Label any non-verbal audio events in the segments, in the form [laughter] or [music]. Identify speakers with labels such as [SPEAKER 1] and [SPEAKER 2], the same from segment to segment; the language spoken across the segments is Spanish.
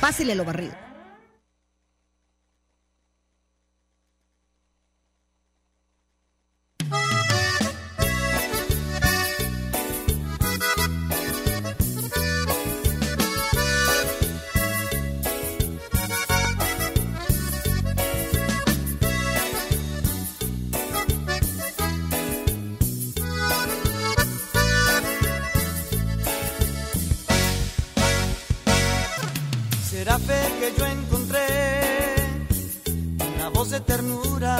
[SPEAKER 1] Pásele lo barrido.
[SPEAKER 2] Será fe que yo encontré una voz de ternura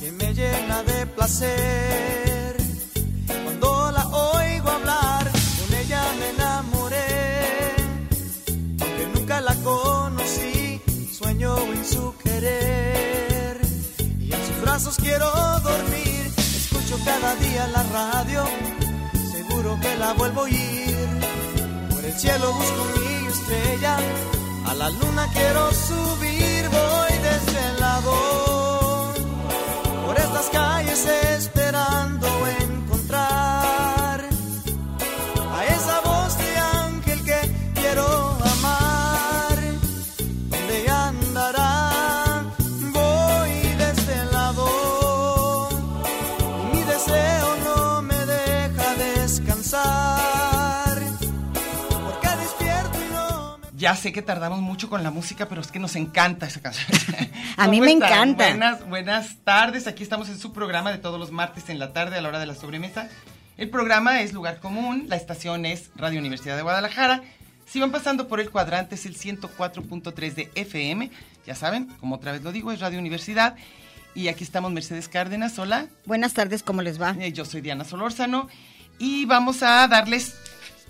[SPEAKER 2] que me llena de placer. Cuando la oigo hablar, con ella me enamoré. Aunque nunca la conocí, sueño en su querer. Y en sus brazos quiero dormir. Escucho cada día la radio, seguro que la vuelvo a oír. Por el cielo busco mi estrella, a la luna quiero subir, voy desde el lado. Por estas calles esperando encontrar a esa voz de ángel que quiero amar. ¿Dónde andará? Voy desde el lado. Y mi deseo no me deja descansar. Porque despierto y no me...
[SPEAKER 3] Ya sé que tardamos mucho con la música, pero es que nos encanta esa canción.
[SPEAKER 1] [laughs] A mí
[SPEAKER 3] ¿Cómo
[SPEAKER 1] me
[SPEAKER 3] están?
[SPEAKER 1] encanta.
[SPEAKER 3] Buenas, buenas tardes. Aquí estamos en su programa de todos los martes en la tarde a la hora de la sobremesa. El programa es Lugar Común, la estación es Radio Universidad de Guadalajara. Si van pasando por el cuadrante es el 104.3 de FM. Ya saben, como otra vez lo digo, es Radio Universidad. Y aquí estamos Mercedes Cárdenas. Hola.
[SPEAKER 1] Buenas tardes, ¿cómo les va?
[SPEAKER 3] Eh, Yo soy Diana Solórzano y vamos a darles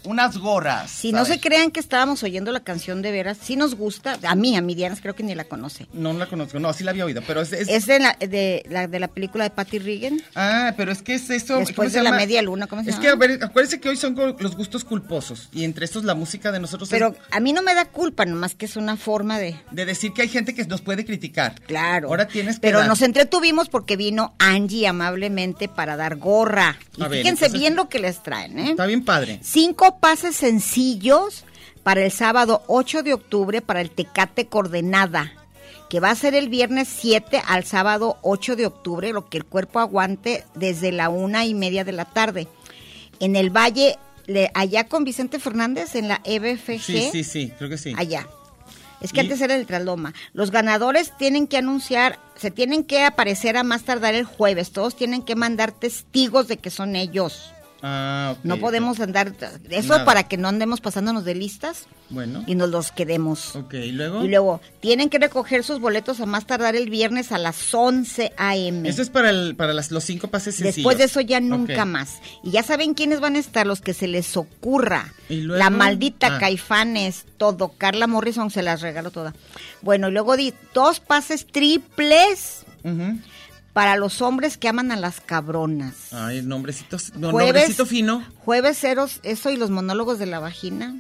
[SPEAKER 3] unas gorras.
[SPEAKER 1] Si
[SPEAKER 3] A
[SPEAKER 1] no
[SPEAKER 3] ver.
[SPEAKER 1] se crean que estábamos oyendo la canción de veras, sí nos gusta. A mí, a mi Diana creo que ni la conoce.
[SPEAKER 3] No la conozco, no, sí la había oído, pero es... es-
[SPEAKER 1] Es de la de la, de la película de Patty Regan.
[SPEAKER 3] Ah, pero es que es eso...
[SPEAKER 1] Después
[SPEAKER 3] ¿cómo se
[SPEAKER 1] de la
[SPEAKER 3] llama?
[SPEAKER 1] media luna, ¿cómo se
[SPEAKER 3] es
[SPEAKER 1] llama?
[SPEAKER 3] que, a ver, acuérdense que hoy son go- los gustos culposos y entre estos la música de nosotros es
[SPEAKER 1] Pero a mí no me da culpa, nomás que es una forma de...
[SPEAKER 3] de decir que hay gente que nos puede criticar.
[SPEAKER 1] Claro.
[SPEAKER 3] Ahora tienes que
[SPEAKER 1] Pero
[SPEAKER 3] dar.
[SPEAKER 1] nos entretuvimos porque vino Angie amablemente para dar gorra. Y
[SPEAKER 3] A ver,
[SPEAKER 1] fíjense
[SPEAKER 3] entonces-
[SPEAKER 1] bien lo que les traen, ¿eh?
[SPEAKER 3] Está bien padre.
[SPEAKER 1] Cinco pases sencillos para el sábado 8 de octubre para el Tecate Coordenada, que va a ser el viernes 7 al sábado 8 de octubre, lo que el cuerpo aguante desde la una y media de la tarde. En el Valle, le- allá con Vicente Fernández, en la E EBFG.
[SPEAKER 3] Sí, sí, sí, creo que sí.
[SPEAKER 1] Allá. Es que
[SPEAKER 3] Y-
[SPEAKER 1] antes era el Trasloma. Los ganadores tienen que anunciar, se tienen que aparecer a más tardar el jueves. Todos tienen que mandar testigos de que son ellos.
[SPEAKER 3] Ah, ok,
[SPEAKER 1] No
[SPEAKER 3] ok.
[SPEAKER 1] podemos andar eso
[SPEAKER 3] Nada.
[SPEAKER 1] para que no andemos pasándonos de listas
[SPEAKER 3] Bueno,
[SPEAKER 1] y nos los quedemos.
[SPEAKER 3] ok, ¿y luego?
[SPEAKER 1] Y luego tienen que recoger sus boletos a más tardar el viernes a las 11 a.m.
[SPEAKER 3] Eso es para, el- para las- los cinco pases sencillos.
[SPEAKER 1] Después de eso ya nunca
[SPEAKER 3] Ok.
[SPEAKER 1] más. Y ya saben quiénes van a estar, los que se les ocurra.
[SPEAKER 3] ¿Y luego?
[SPEAKER 1] La maldita
[SPEAKER 3] Ah.
[SPEAKER 1] Caifanes, todo. Carla Morrison se las regaló toda. Bueno, y luego di dos pases triples
[SPEAKER 3] Ujú.
[SPEAKER 1] para los hombres que aman a las cabronas.
[SPEAKER 3] Ay, nombrecitos, no,
[SPEAKER 1] Jueves-
[SPEAKER 3] Ah, nombrecito fino.
[SPEAKER 1] Jueves ceros, eso y los monólogos de la vagina.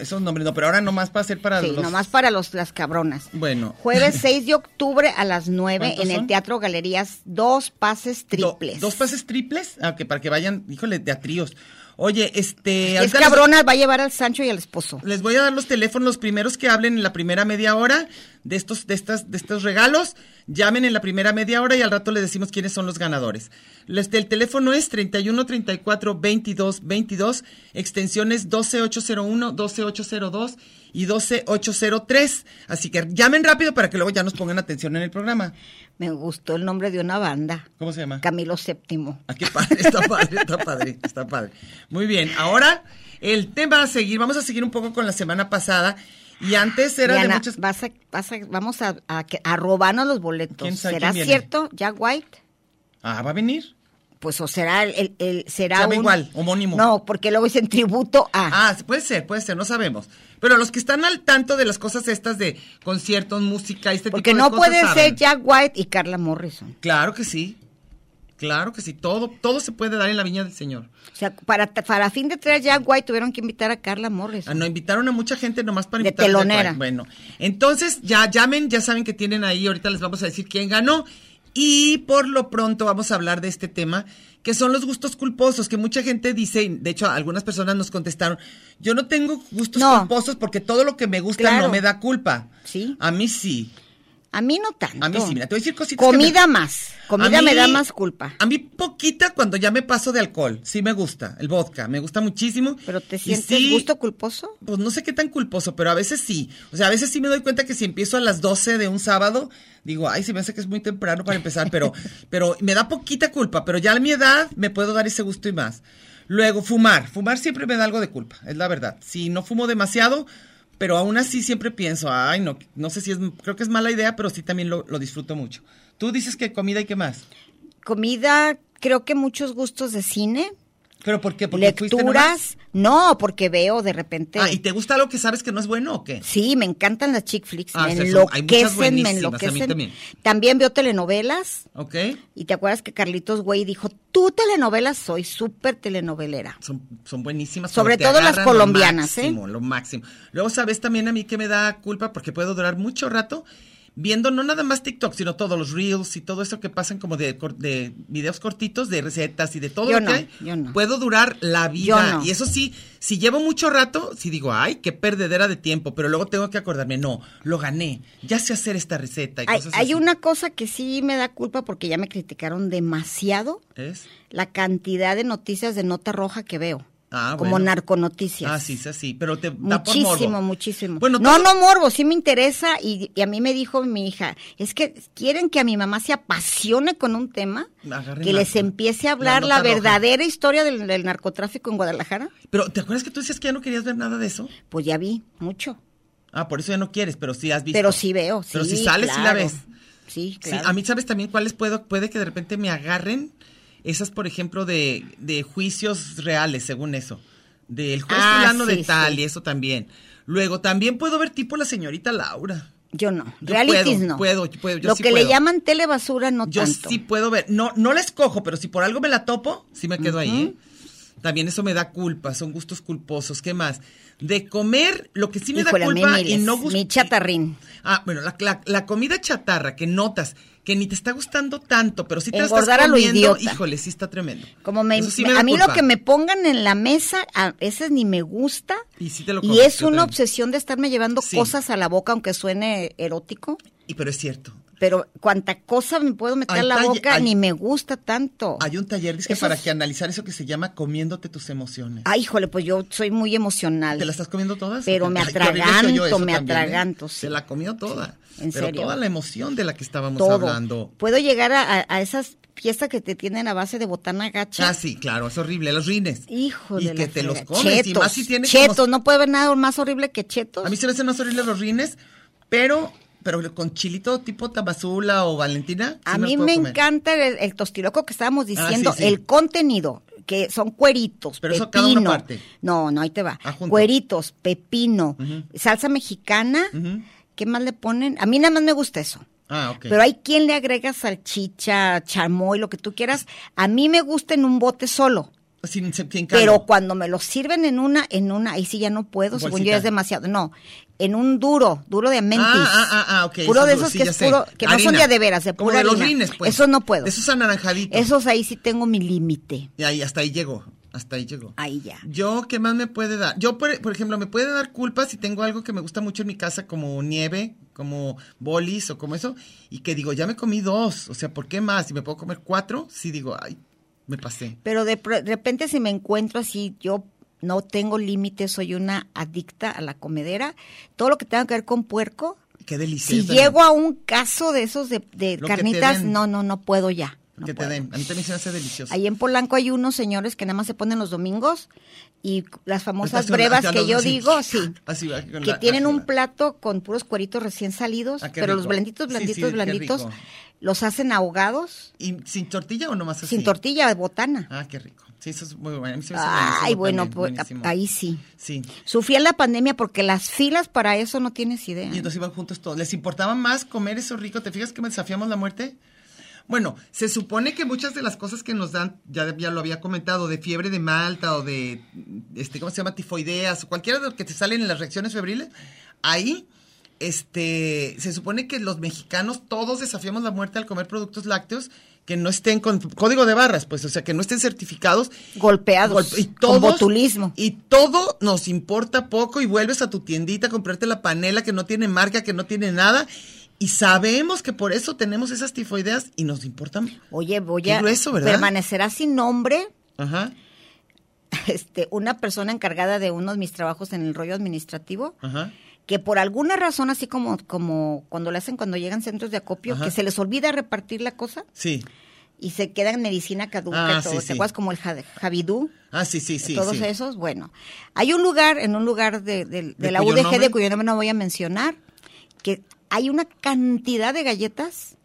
[SPEAKER 3] Esos nombres, no, pero ahora nomás para hacer para
[SPEAKER 1] Sí,
[SPEAKER 3] los...
[SPEAKER 1] nomás para los, las cabronas.
[SPEAKER 3] Bueno. [laughs]
[SPEAKER 1] Jueves 6 de octubre a las 9
[SPEAKER 3] ¿Cuántos
[SPEAKER 1] en el
[SPEAKER 3] son?
[SPEAKER 1] Teatro Galerías, dos pases
[SPEAKER 3] Do-
[SPEAKER 1] triples.
[SPEAKER 3] ¿Dos pases triples? Ah, que para que vayan, híjole, de a tríos. Oye, este...
[SPEAKER 1] Es
[SPEAKER 3] ahorita
[SPEAKER 1] cabrona, va a llevar al Sancho y al esposo.
[SPEAKER 3] Les, les voy a dar los teléfonos, los primeros que hablen en la primera media hora de estos, de, estas, de estos regalos. Llamen en la primera media hora y al rato les decimos quiénes son los ganadores. Les- el teléfono es 31 34 22 22, extensiones 12801, 12802 y 12803. Así que llamen rápido para que luego ya nos pongan atención en el programa.
[SPEAKER 1] Me gustó el nombre de una banda.
[SPEAKER 3] ¿Cómo se llama?
[SPEAKER 1] Camilo VII.
[SPEAKER 3] Ah, qué padre, está padre, está padre, está padre. Muy bien, ahora el tema a seguir, vamos a seguir un poco con la semana pasada y antes era
[SPEAKER 1] Diana,
[SPEAKER 3] de muchas...
[SPEAKER 1] vas a- vas a- vamos a, a que- a robarnos los boletos.
[SPEAKER 3] ¿Quién sabe
[SPEAKER 1] ¿Será
[SPEAKER 3] quién viene?
[SPEAKER 1] cierto, Jack White?
[SPEAKER 3] Ah, va a venir.
[SPEAKER 1] Pues o será el, el- el- será
[SPEAKER 3] Se llama
[SPEAKER 1] un-
[SPEAKER 3] igual, homónimo.
[SPEAKER 1] No, porque luego dicen tributo a.
[SPEAKER 3] Ah, puede ser, puede ser, no sabemos. Pero los que están al tanto de las cosas estas de conciertos, música, este
[SPEAKER 1] porque
[SPEAKER 3] tipo de
[SPEAKER 1] no
[SPEAKER 3] cosas
[SPEAKER 1] puede
[SPEAKER 3] saben.
[SPEAKER 1] ser Jack White y Carla Morrison.
[SPEAKER 3] Claro que sí. Claro que sí, todo todo se puede dar en la viña del Señor.
[SPEAKER 1] O sea, para, para fin de traer a Jack White tuvieron que invitar a Carla Morrison.
[SPEAKER 3] Ah, no invitaron a mucha gente nomás para
[SPEAKER 1] De
[SPEAKER 3] invitar a Jack
[SPEAKER 1] telonera.
[SPEAKER 3] White. Bueno, entonces ya llamen, ya saben que tienen ahí, ahorita les vamos a decir quién ganó. Y por lo pronto vamos a hablar de este tema, que son los gustos culposos, que mucha gente dice, y de hecho algunas personas nos contestaron, yo no tengo gustos
[SPEAKER 1] No.
[SPEAKER 3] culposos porque todo lo que me gusta
[SPEAKER 1] Claro.
[SPEAKER 3] no me da culpa.
[SPEAKER 1] Sí.
[SPEAKER 3] A mí sí.
[SPEAKER 1] A mí no tanto.
[SPEAKER 3] A mí sí, mira, te voy a decir cositas que
[SPEAKER 1] Comida
[SPEAKER 3] me-
[SPEAKER 1] más. Comida
[SPEAKER 3] A mí- Ah,
[SPEAKER 1] me da más culpa.
[SPEAKER 3] A mí poquita cuando ya me paso de alcohol. Sí me gusta, el vodka, me gusta muchísimo.
[SPEAKER 1] ¿Pero te
[SPEAKER 3] Y
[SPEAKER 1] sientes
[SPEAKER 3] sí-
[SPEAKER 1] gusto culposo?
[SPEAKER 3] Pues no sé qué tan culposo, pero a veces sí. O sea, a veces sí me doy cuenta que si empiezo a las 12 de un sábado, digo, ay, se me hace que es muy temprano para empezar, pero, pero me da poquita culpa, pero ya a mi edad me puedo dar ese gusto y más. Luego, fumar. Fumar siempre me da algo de culpa, es la verdad. Si no fumo demasiado, pero aún así siempre pienso, ay, no, no sé si es, creo que es mala idea, pero sí también lo, lo disfruto mucho. Tú dices que comida y qué más.
[SPEAKER 1] Comida, creo que muchos gustos de cine,
[SPEAKER 3] ¿Pero por qué? Porque fuiste nomás?
[SPEAKER 1] lecturas. No, porque veo de repente.
[SPEAKER 3] Ah, ¿y te gusta algo que sabes que no es bueno o qué?
[SPEAKER 1] Sí, me encantan las chick flicks,
[SPEAKER 3] Ah,
[SPEAKER 1] me
[SPEAKER 3] o sea, son- hay muchas
[SPEAKER 1] enloquecen, me
[SPEAKER 3] buenísimas, a mí
[SPEAKER 1] enloquecen.
[SPEAKER 3] también.
[SPEAKER 1] También veo telenovelas
[SPEAKER 3] ¿Ok?
[SPEAKER 1] y te acuerdas que Carlitos Güey dijo, "Tú telenovelas soy súper telenovelera."
[SPEAKER 3] son, son buenísimas.
[SPEAKER 1] Sobre
[SPEAKER 3] pero te
[SPEAKER 1] todo las
[SPEAKER 3] agarran
[SPEAKER 1] colombianas, ¿eh?
[SPEAKER 3] lo máximo, Lo máximo. Luego, ¿sabes también a mí que me da culpa? Porque puedo durar mucho rato viendo no nada más TikTok, sino todos los reels y todo eso que pasan como de, cor- de videos cortitos, de recetas y de todo
[SPEAKER 1] Yo
[SPEAKER 3] lo
[SPEAKER 1] no,
[SPEAKER 3] que hay.
[SPEAKER 1] yo no.
[SPEAKER 3] Puedo durar la vida.
[SPEAKER 1] Yo no.
[SPEAKER 3] Y eso sí, si llevo mucho rato, sí digo, ay, qué perdedera de tiempo, pero luego tengo que acordarme, no, lo gané, ya sé hacer esta receta. Y
[SPEAKER 1] Hay,
[SPEAKER 3] cosas
[SPEAKER 1] hay
[SPEAKER 3] así.
[SPEAKER 1] una cosa que sí me da culpa porque ya me criticaron demasiado
[SPEAKER 3] ¿Es?
[SPEAKER 1] la cantidad de noticias de nota roja que veo.
[SPEAKER 3] Ah,
[SPEAKER 1] como
[SPEAKER 3] bueno.
[SPEAKER 1] narconoticias.
[SPEAKER 3] Ah, sí, es así, pero te da por morbo.
[SPEAKER 1] Muchísimo, muchísimo.
[SPEAKER 3] Bueno,
[SPEAKER 1] no,
[SPEAKER 3] todo-
[SPEAKER 1] no morbo, sí me interesa y, y a mí me dijo mi hija, es que quieren que a mi mamá se apasione con un tema,
[SPEAKER 3] Agarren
[SPEAKER 1] que
[SPEAKER 3] la-
[SPEAKER 1] les empiece a hablar
[SPEAKER 3] la
[SPEAKER 1] la,
[SPEAKER 3] nota roja.
[SPEAKER 1] verdadera historia del, del narcotráfico en Guadalajara.
[SPEAKER 3] Pero, ¿te acuerdas que tú decías que ya no querías ver nada de eso?
[SPEAKER 1] Pues ya vi mucho,
[SPEAKER 3] Ah, por eso ya no quieres, pero sí has visto.
[SPEAKER 1] pero sí veo. Sí,
[SPEAKER 3] Pero si sales, sí la
[SPEAKER 1] claro.
[SPEAKER 3] ves.
[SPEAKER 1] Sí,
[SPEAKER 3] Sí,
[SPEAKER 1] claro.
[SPEAKER 3] a mí, ¿sabes también cuáles puedo? Puede que de repente me agarren esas, por ejemplo, de, de juicios reales, según eso. Del juez
[SPEAKER 1] Ah,
[SPEAKER 3] fulano
[SPEAKER 1] sí,
[SPEAKER 3] de tal
[SPEAKER 1] sí.
[SPEAKER 3] y eso también. Luego, también puedo ver tipo la señorita Laura.
[SPEAKER 1] Yo no,
[SPEAKER 3] Yo
[SPEAKER 1] realities
[SPEAKER 3] puedo,
[SPEAKER 1] no.
[SPEAKER 3] puedo, yo puedo, yo
[SPEAKER 1] Lo
[SPEAKER 3] sí
[SPEAKER 1] que le
[SPEAKER 3] puedo.
[SPEAKER 1] llaman telebasura no
[SPEAKER 3] Yo
[SPEAKER 1] tanto.
[SPEAKER 3] sí puedo ver. No, no la escojo, pero si por algo me la topo, sí me quedo ahí, ¿eh? También eso me da culpa, son gustos culposos. ¿Qué más? De comer, lo que sí me
[SPEAKER 1] Híjole, a
[SPEAKER 3] da
[SPEAKER 1] mí
[SPEAKER 3] culpa y
[SPEAKER 1] miles,
[SPEAKER 3] no gusta.
[SPEAKER 1] mi chatarrín.
[SPEAKER 3] Ah, bueno, la, la- la comida chatarra que notas que ni te está gustando tanto, pero si te la
[SPEAKER 1] Engordar a
[SPEAKER 3] estás
[SPEAKER 1] lo
[SPEAKER 3] comiendo,
[SPEAKER 1] idiota.
[SPEAKER 3] híjole, sí está tremendo.
[SPEAKER 1] Como me,
[SPEAKER 3] Eso sí me da
[SPEAKER 1] a mí
[SPEAKER 3] culpa.
[SPEAKER 1] lo que me pongan en la mesa, a veces ni me gusta.
[SPEAKER 3] Y sí te lo
[SPEAKER 1] Y
[SPEAKER 3] comes,
[SPEAKER 1] es
[SPEAKER 3] yo
[SPEAKER 1] una
[SPEAKER 3] también.
[SPEAKER 1] obsesión de estarme llevando
[SPEAKER 3] Sí.
[SPEAKER 1] cosas a la boca, aunque suene erótico.
[SPEAKER 3] Y pero es cierto.
[SPEAKER 1] Pero cuánta cosa me puedo meter
[SPEAKER 3] Hay
[SPEAKER 1] a la
[SPEAKER 3] talle-
[SPEAKER 1] boca,
[SPEAKER 3] hay-
[SPEAKER 1] ni me gusta tanto.
[SPEAKER 3] Hay un taller dice que
[SPEAKER 1] Oh. Eso
[SPEAKER 3] para
[SPEAKER 1] es-
[SPEAKER 3] que analizar eso que se llama comiéndote tus emociones.
[SPEAKER 1] Ay, híjole, pues yo soy muy emocional.
[SPEAKER 3] ¿Te la estás comiendo todas?
[SPEAKER 1] Pero me
[SPEAKER 3] Ay, qué horrible se oyó eso
[SPEAKER 1] atraganto, me
[SPEAKER 3] también, ¿eh?
[SPEAKER 1] atraganto, sí.
[SPEAKER 3] Se la comió toda.
[SPEAKER 1] En
[SPEAKER 3] pero
[SPEAKER 1] serio.
[SPEAKER 3] toda la emoción de la que estábamos
[SPEAKER 1] Todo.
[SPEAKER 3] hablando.
[SPEAKER 1] Puedo llegar a, a- a esas fiestas que te tienen a base de botana gacha.
[SPEAKER 3] Ah, sí, claro, es horrible. Los rines.
[SPEAKER 1] Hijo
[SPEAKER 3] Y
[SPEAKER 1] de
[SPEAKER 3] que
[SPEAKER 1] la
[SPEAKER 3] te los
[SPEAKER 1] fregada.
[SPEAKER 3] comes.
[SPEAKER 1] Chetos,
[SPEAKER 3] y más si tienes como-
[SPEAKER 1] chetos, no puede haber nada más horrible que chetos.
[SPEAKER 3] A mí se me hacen más horribles los rines, pero, pero con chilito tipo tamazula o valentina. sí
[SPEAKER 1] A
[SPEAKER 3] los
[SPEAKER 1] mí
[SPEAKER 3] puedo
[SPEAKER 1] me
[SPEAKER 3] comer. Ah,
[SPEAKER 1] encanta el, el tostiloco que estábamos diciendo,
[SPEAKER 3] sí, sí.
[SPEAKER 1] el contenido, que son cueritos,
[SPEAKER 3] Pero
[SPEAKER 1] pepino.
[SPEAKER 3] eso cada uno aparte.
[SPEAKER 1] No, no, ahí te va.
[SPEAKER 3] Ah, junto.
[SPEAKER 1] cueritos, pepino, salsa mexicana,
[SPEAKER 3] Ujú.
[SPEAKER 1] ¿qué más le ponen? A mí nada más me gusta eso.
[SPEAKER 3] Ah, ok.
[SPEAKER 1] Pero hay quien le agrega salchicha, chamoy, lo que tú quieras. A mí me gusta en un bote solo.
[SPEAKER 3] Sin, sin, sin Ah,
[SPEAKER 1] Pero
[SPEAKER 3] caldo.
[SPEAKER 1] cuando me lo sirven en una, en una, ahí sí ya no puedo, según yo
[SPEAKER 3] Bolsita.
[SPEAKER 1] es demasiado. No, en un duro, duro de mentis.
[SPEAKER 3] Ah, ah, ah, ah, ok.
[SPEAKER 1] Puro de
[SPEAKER 3] duro,
[SPEAKER 1] esos
[SPEAKER 3] sí,
[SPEAKER 1] que
[SPEAKER 3] ya
[SPEAKER 1] es
[SPEAKER 3] sé.
[SPEAKER 1] puro, que no son
[SPEAKER 3] Harina.
[SPEAKER 1] de a de veras, de
[SPEAKER 3] Como
[SPEAKER 1] pura
[SPEAKER 3] de los
[SPEAKER 1] harina.
[SPEAKER 3] rines, pues.
[SPEAKER 1] Esos no puedo.
[SPEAKER 3] De esos anaranjaditos.
[SPEAKER 1] Esos ahí sí tengo mi límite.
[SPEAKER 3] Y ahí, hasta ahí llegó. Hasta ahí llegó.
[SPEAKER 1] Ahí ya.
[SPEAKER 3] Yo, ¿qué más me puede dar? Yo, por, por ejemplo, me puede dar culpa si tengo algo que me gusta mucho en mi casa, como nieve, como bolis o como eso, y que digo, ya me comí dos, o sea, ¿por qué más? Si me puedo comer cuatro, sí digo, ay, me pasé.
[SPEAKER 1] Pero de, pro- de repente si me encuentro así, yo no tengo límites, soy una adicta a la comedera. Todo lo que tenga que ver con puerco,
[SPEAKER 3] Qué delicioso.
[SPEAKER 1] si llego a un caso de esos de, de
[SPEAKER 3] Lo que te
[SPEAKER 1] carnitas,
[SPEAKER 3] den.
[SPEAKER 1] no, no, no puedo ya. no
[SPEAKER 3] que te
[SPEAKER 1] puedo.
[SPEAKER 3] den. A mí también se me hace delicioso.
[SPEAKER 1] Ahí en Polanco hay unos señores que nada más se ponen los domingos y las famosas
[SPEAKER 3] Estás
[SPEAKER 1] brevas
[SPEAKER 3] hacia
[SPEAKER 1] que
[SPEAKER 3] los-
[SPEAKER 1] yo
[SPEAKER 3] así,
[SPEAKER 1] digo, sí.
[SPEAKER 3] [laughs] Así va, con
[SPEAKER 1] que
[SPEAKER 3] la-
[SPEAKER 1] tienen un
[SPEAKER 3] la-
[SPEAKER 1] plato con puros cueritos recién salidos,
[SPEAKER 3] Ah, qué
[SPEAKER 1] pero los
[SPEAKER 3] rico.
[SPEAKER 1] blanditos,
[SPEAKER 3] Sí,
[SPEAKER 1] blanditos,
[SPEAKER 3] sí, qué
[SPEAKER 1] blanditos,
[SPEAKER 3] rico.
[SPEAKER 1] los hacen ahogados,
[SPEAKER 3] ¿Y sin tortilla o nomás así?
[SPEAKER 1] sin tortilla, de botana.
[SPEAKER 3] Ah, qué rico. Sí, eso es muy bueno. A mí se me hace
[SPEAKER 1] Ay,
[SPEAKER 3] Ah, buenísimo
[SPEAKER 1] bueno,
[SPEAKER 3] también,
[SPEAKER 1] pues,
[SPEAKER 3] buenísimo.
[SPEAKER 1] ahí sí.
[SPEAKER 3] Sí.
[SPEAKER 1] Sufrí en la pandemia porque las filas para eso no tienes idea.
[SPEAKER 3] Y entonces iban juntos todos. ¿Les importaba más comer eso rico? ¿Te fijas que desafiamos la muerte? Bueno, se supone que muchas de las cosas que nos dan, ya, ya lo había comentado, de fiebre de Malta o de, este, ¿cómo se llama? Tifoideas o cualquiera de lo que te salen en las reacciones febriles, ahí, este, se supone que los mexicanos todos desafiamos la muerte al comer productos lácteos que no estén con código de barras, pues, o sea, que no estén certificados
[SPEAKER 1] Golpeados,
[SPEAKER 3] Golpe- y
[SPEAKER 1] con
[SPEAKER 3] todos-
[SPEAKER 1] botulismo.
[SPEAKER 3] Y todo nos importa poco y vuelves a tu tiendita a comprarte la panela que no tiene marca, que no tiene nada. Y sabemos que por eso tenemos esas tifoideas y nos importan.
[SPEAKER 1] Oye, voy
[SPEAKER 3] Qué
[SPEAKER 1] a
[SPEAKER 3] grueso, ¿verdad?
[SPEAKER 1] permanecerá sin nombre [laughs]
[SPEAKER 3] Ajá,
[SPEAKER 1] este, una persona encargada de uno de mis trabajos en el rollo administrativo
[SPEAKER 3] ajá.
[SPEAKER 1] que por alguna razón, así como, como cuando le hacen cuando llegan centros de acopio,
[SPEAKER 3] Ajá.
[SPEAKER 1] que se les olvida repartir la cosa
[SPEAKER 3] Sí.
[SPEAKER 1] y se queda en medicina caduca
[SPEAKER 3] Ah,
[SPEAKER 1] y todo.
[SPEAKER 3] sí,
[SPEAKER 1] ¿Te
[SPEAKER 3] sí.
[SPEAKER 1] acuerdas como el ja- Javidú?
[SPEAKER 3] Ah, sí, sí, sí.
[SPEAKER 1] todos
[SPEAKER 3] sí.
[SPEAKER 1] esos, bueno. Hay un lugar, en un lugar de, de- de
[SPEAKER 3] ¿De
[SPEAKER 1] la
[SPEAKER 3] cuyo
[SPEAKER 1] UDG, de
[SPEAKER 3] nombre?
[SPEAKER 1] cuyo nombre no voy a mencionar, que hay una cantidad de galletas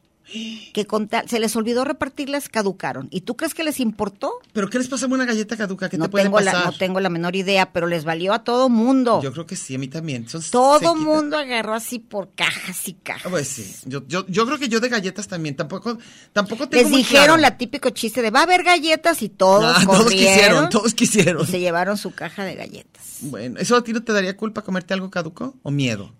[SPEAKER 1] que con tal- se les olvidó repartirlas, caducaron. ¿Y tú crees que les importó?
[SPEAKER 3] ¿Pero qué les pasa con una galleta caduca? ¿Qué
[SPEAKER 1] no,
[SPEAKER 3] te puede
[SPEAKER 1] tengo
[SPEAKER 3] pasar?
[SPEAKER 1] La, no tengo la menor idea, pero les valió a todo mundo.
[SPEAKER 3] Yo creo que sí, a mí también. Son- se
[SPEAKER 1] todo
[SPEAKER 3] quita-
[SPEAKER 1] mundo agarró así por cajas y cajas.
[SPEAKER 3] Ah, Pues sí, yo, yo, yo creo que yo de galletas también. Tampoco, tampoco tengo
[SPEAKER 1] Les
[SPEAKER 3] muy
[SPEAKER 1] dijeron
[SPEAKER 3] claro.
[SPEAKER 1] la típico chiste de va a haber galletas y todos
[SPEAKER 3] Ah, [laughs]
[SPEAKER 1] corrieron
[SPEAKER 3] todos quisieron, todos quisieron.
[SPEAKER 1] y se llevaron su caja de galletas.
[SPEAKER 3] Bueno, ¿eso a ti no te daría culpa comerte algo caduco o miedo?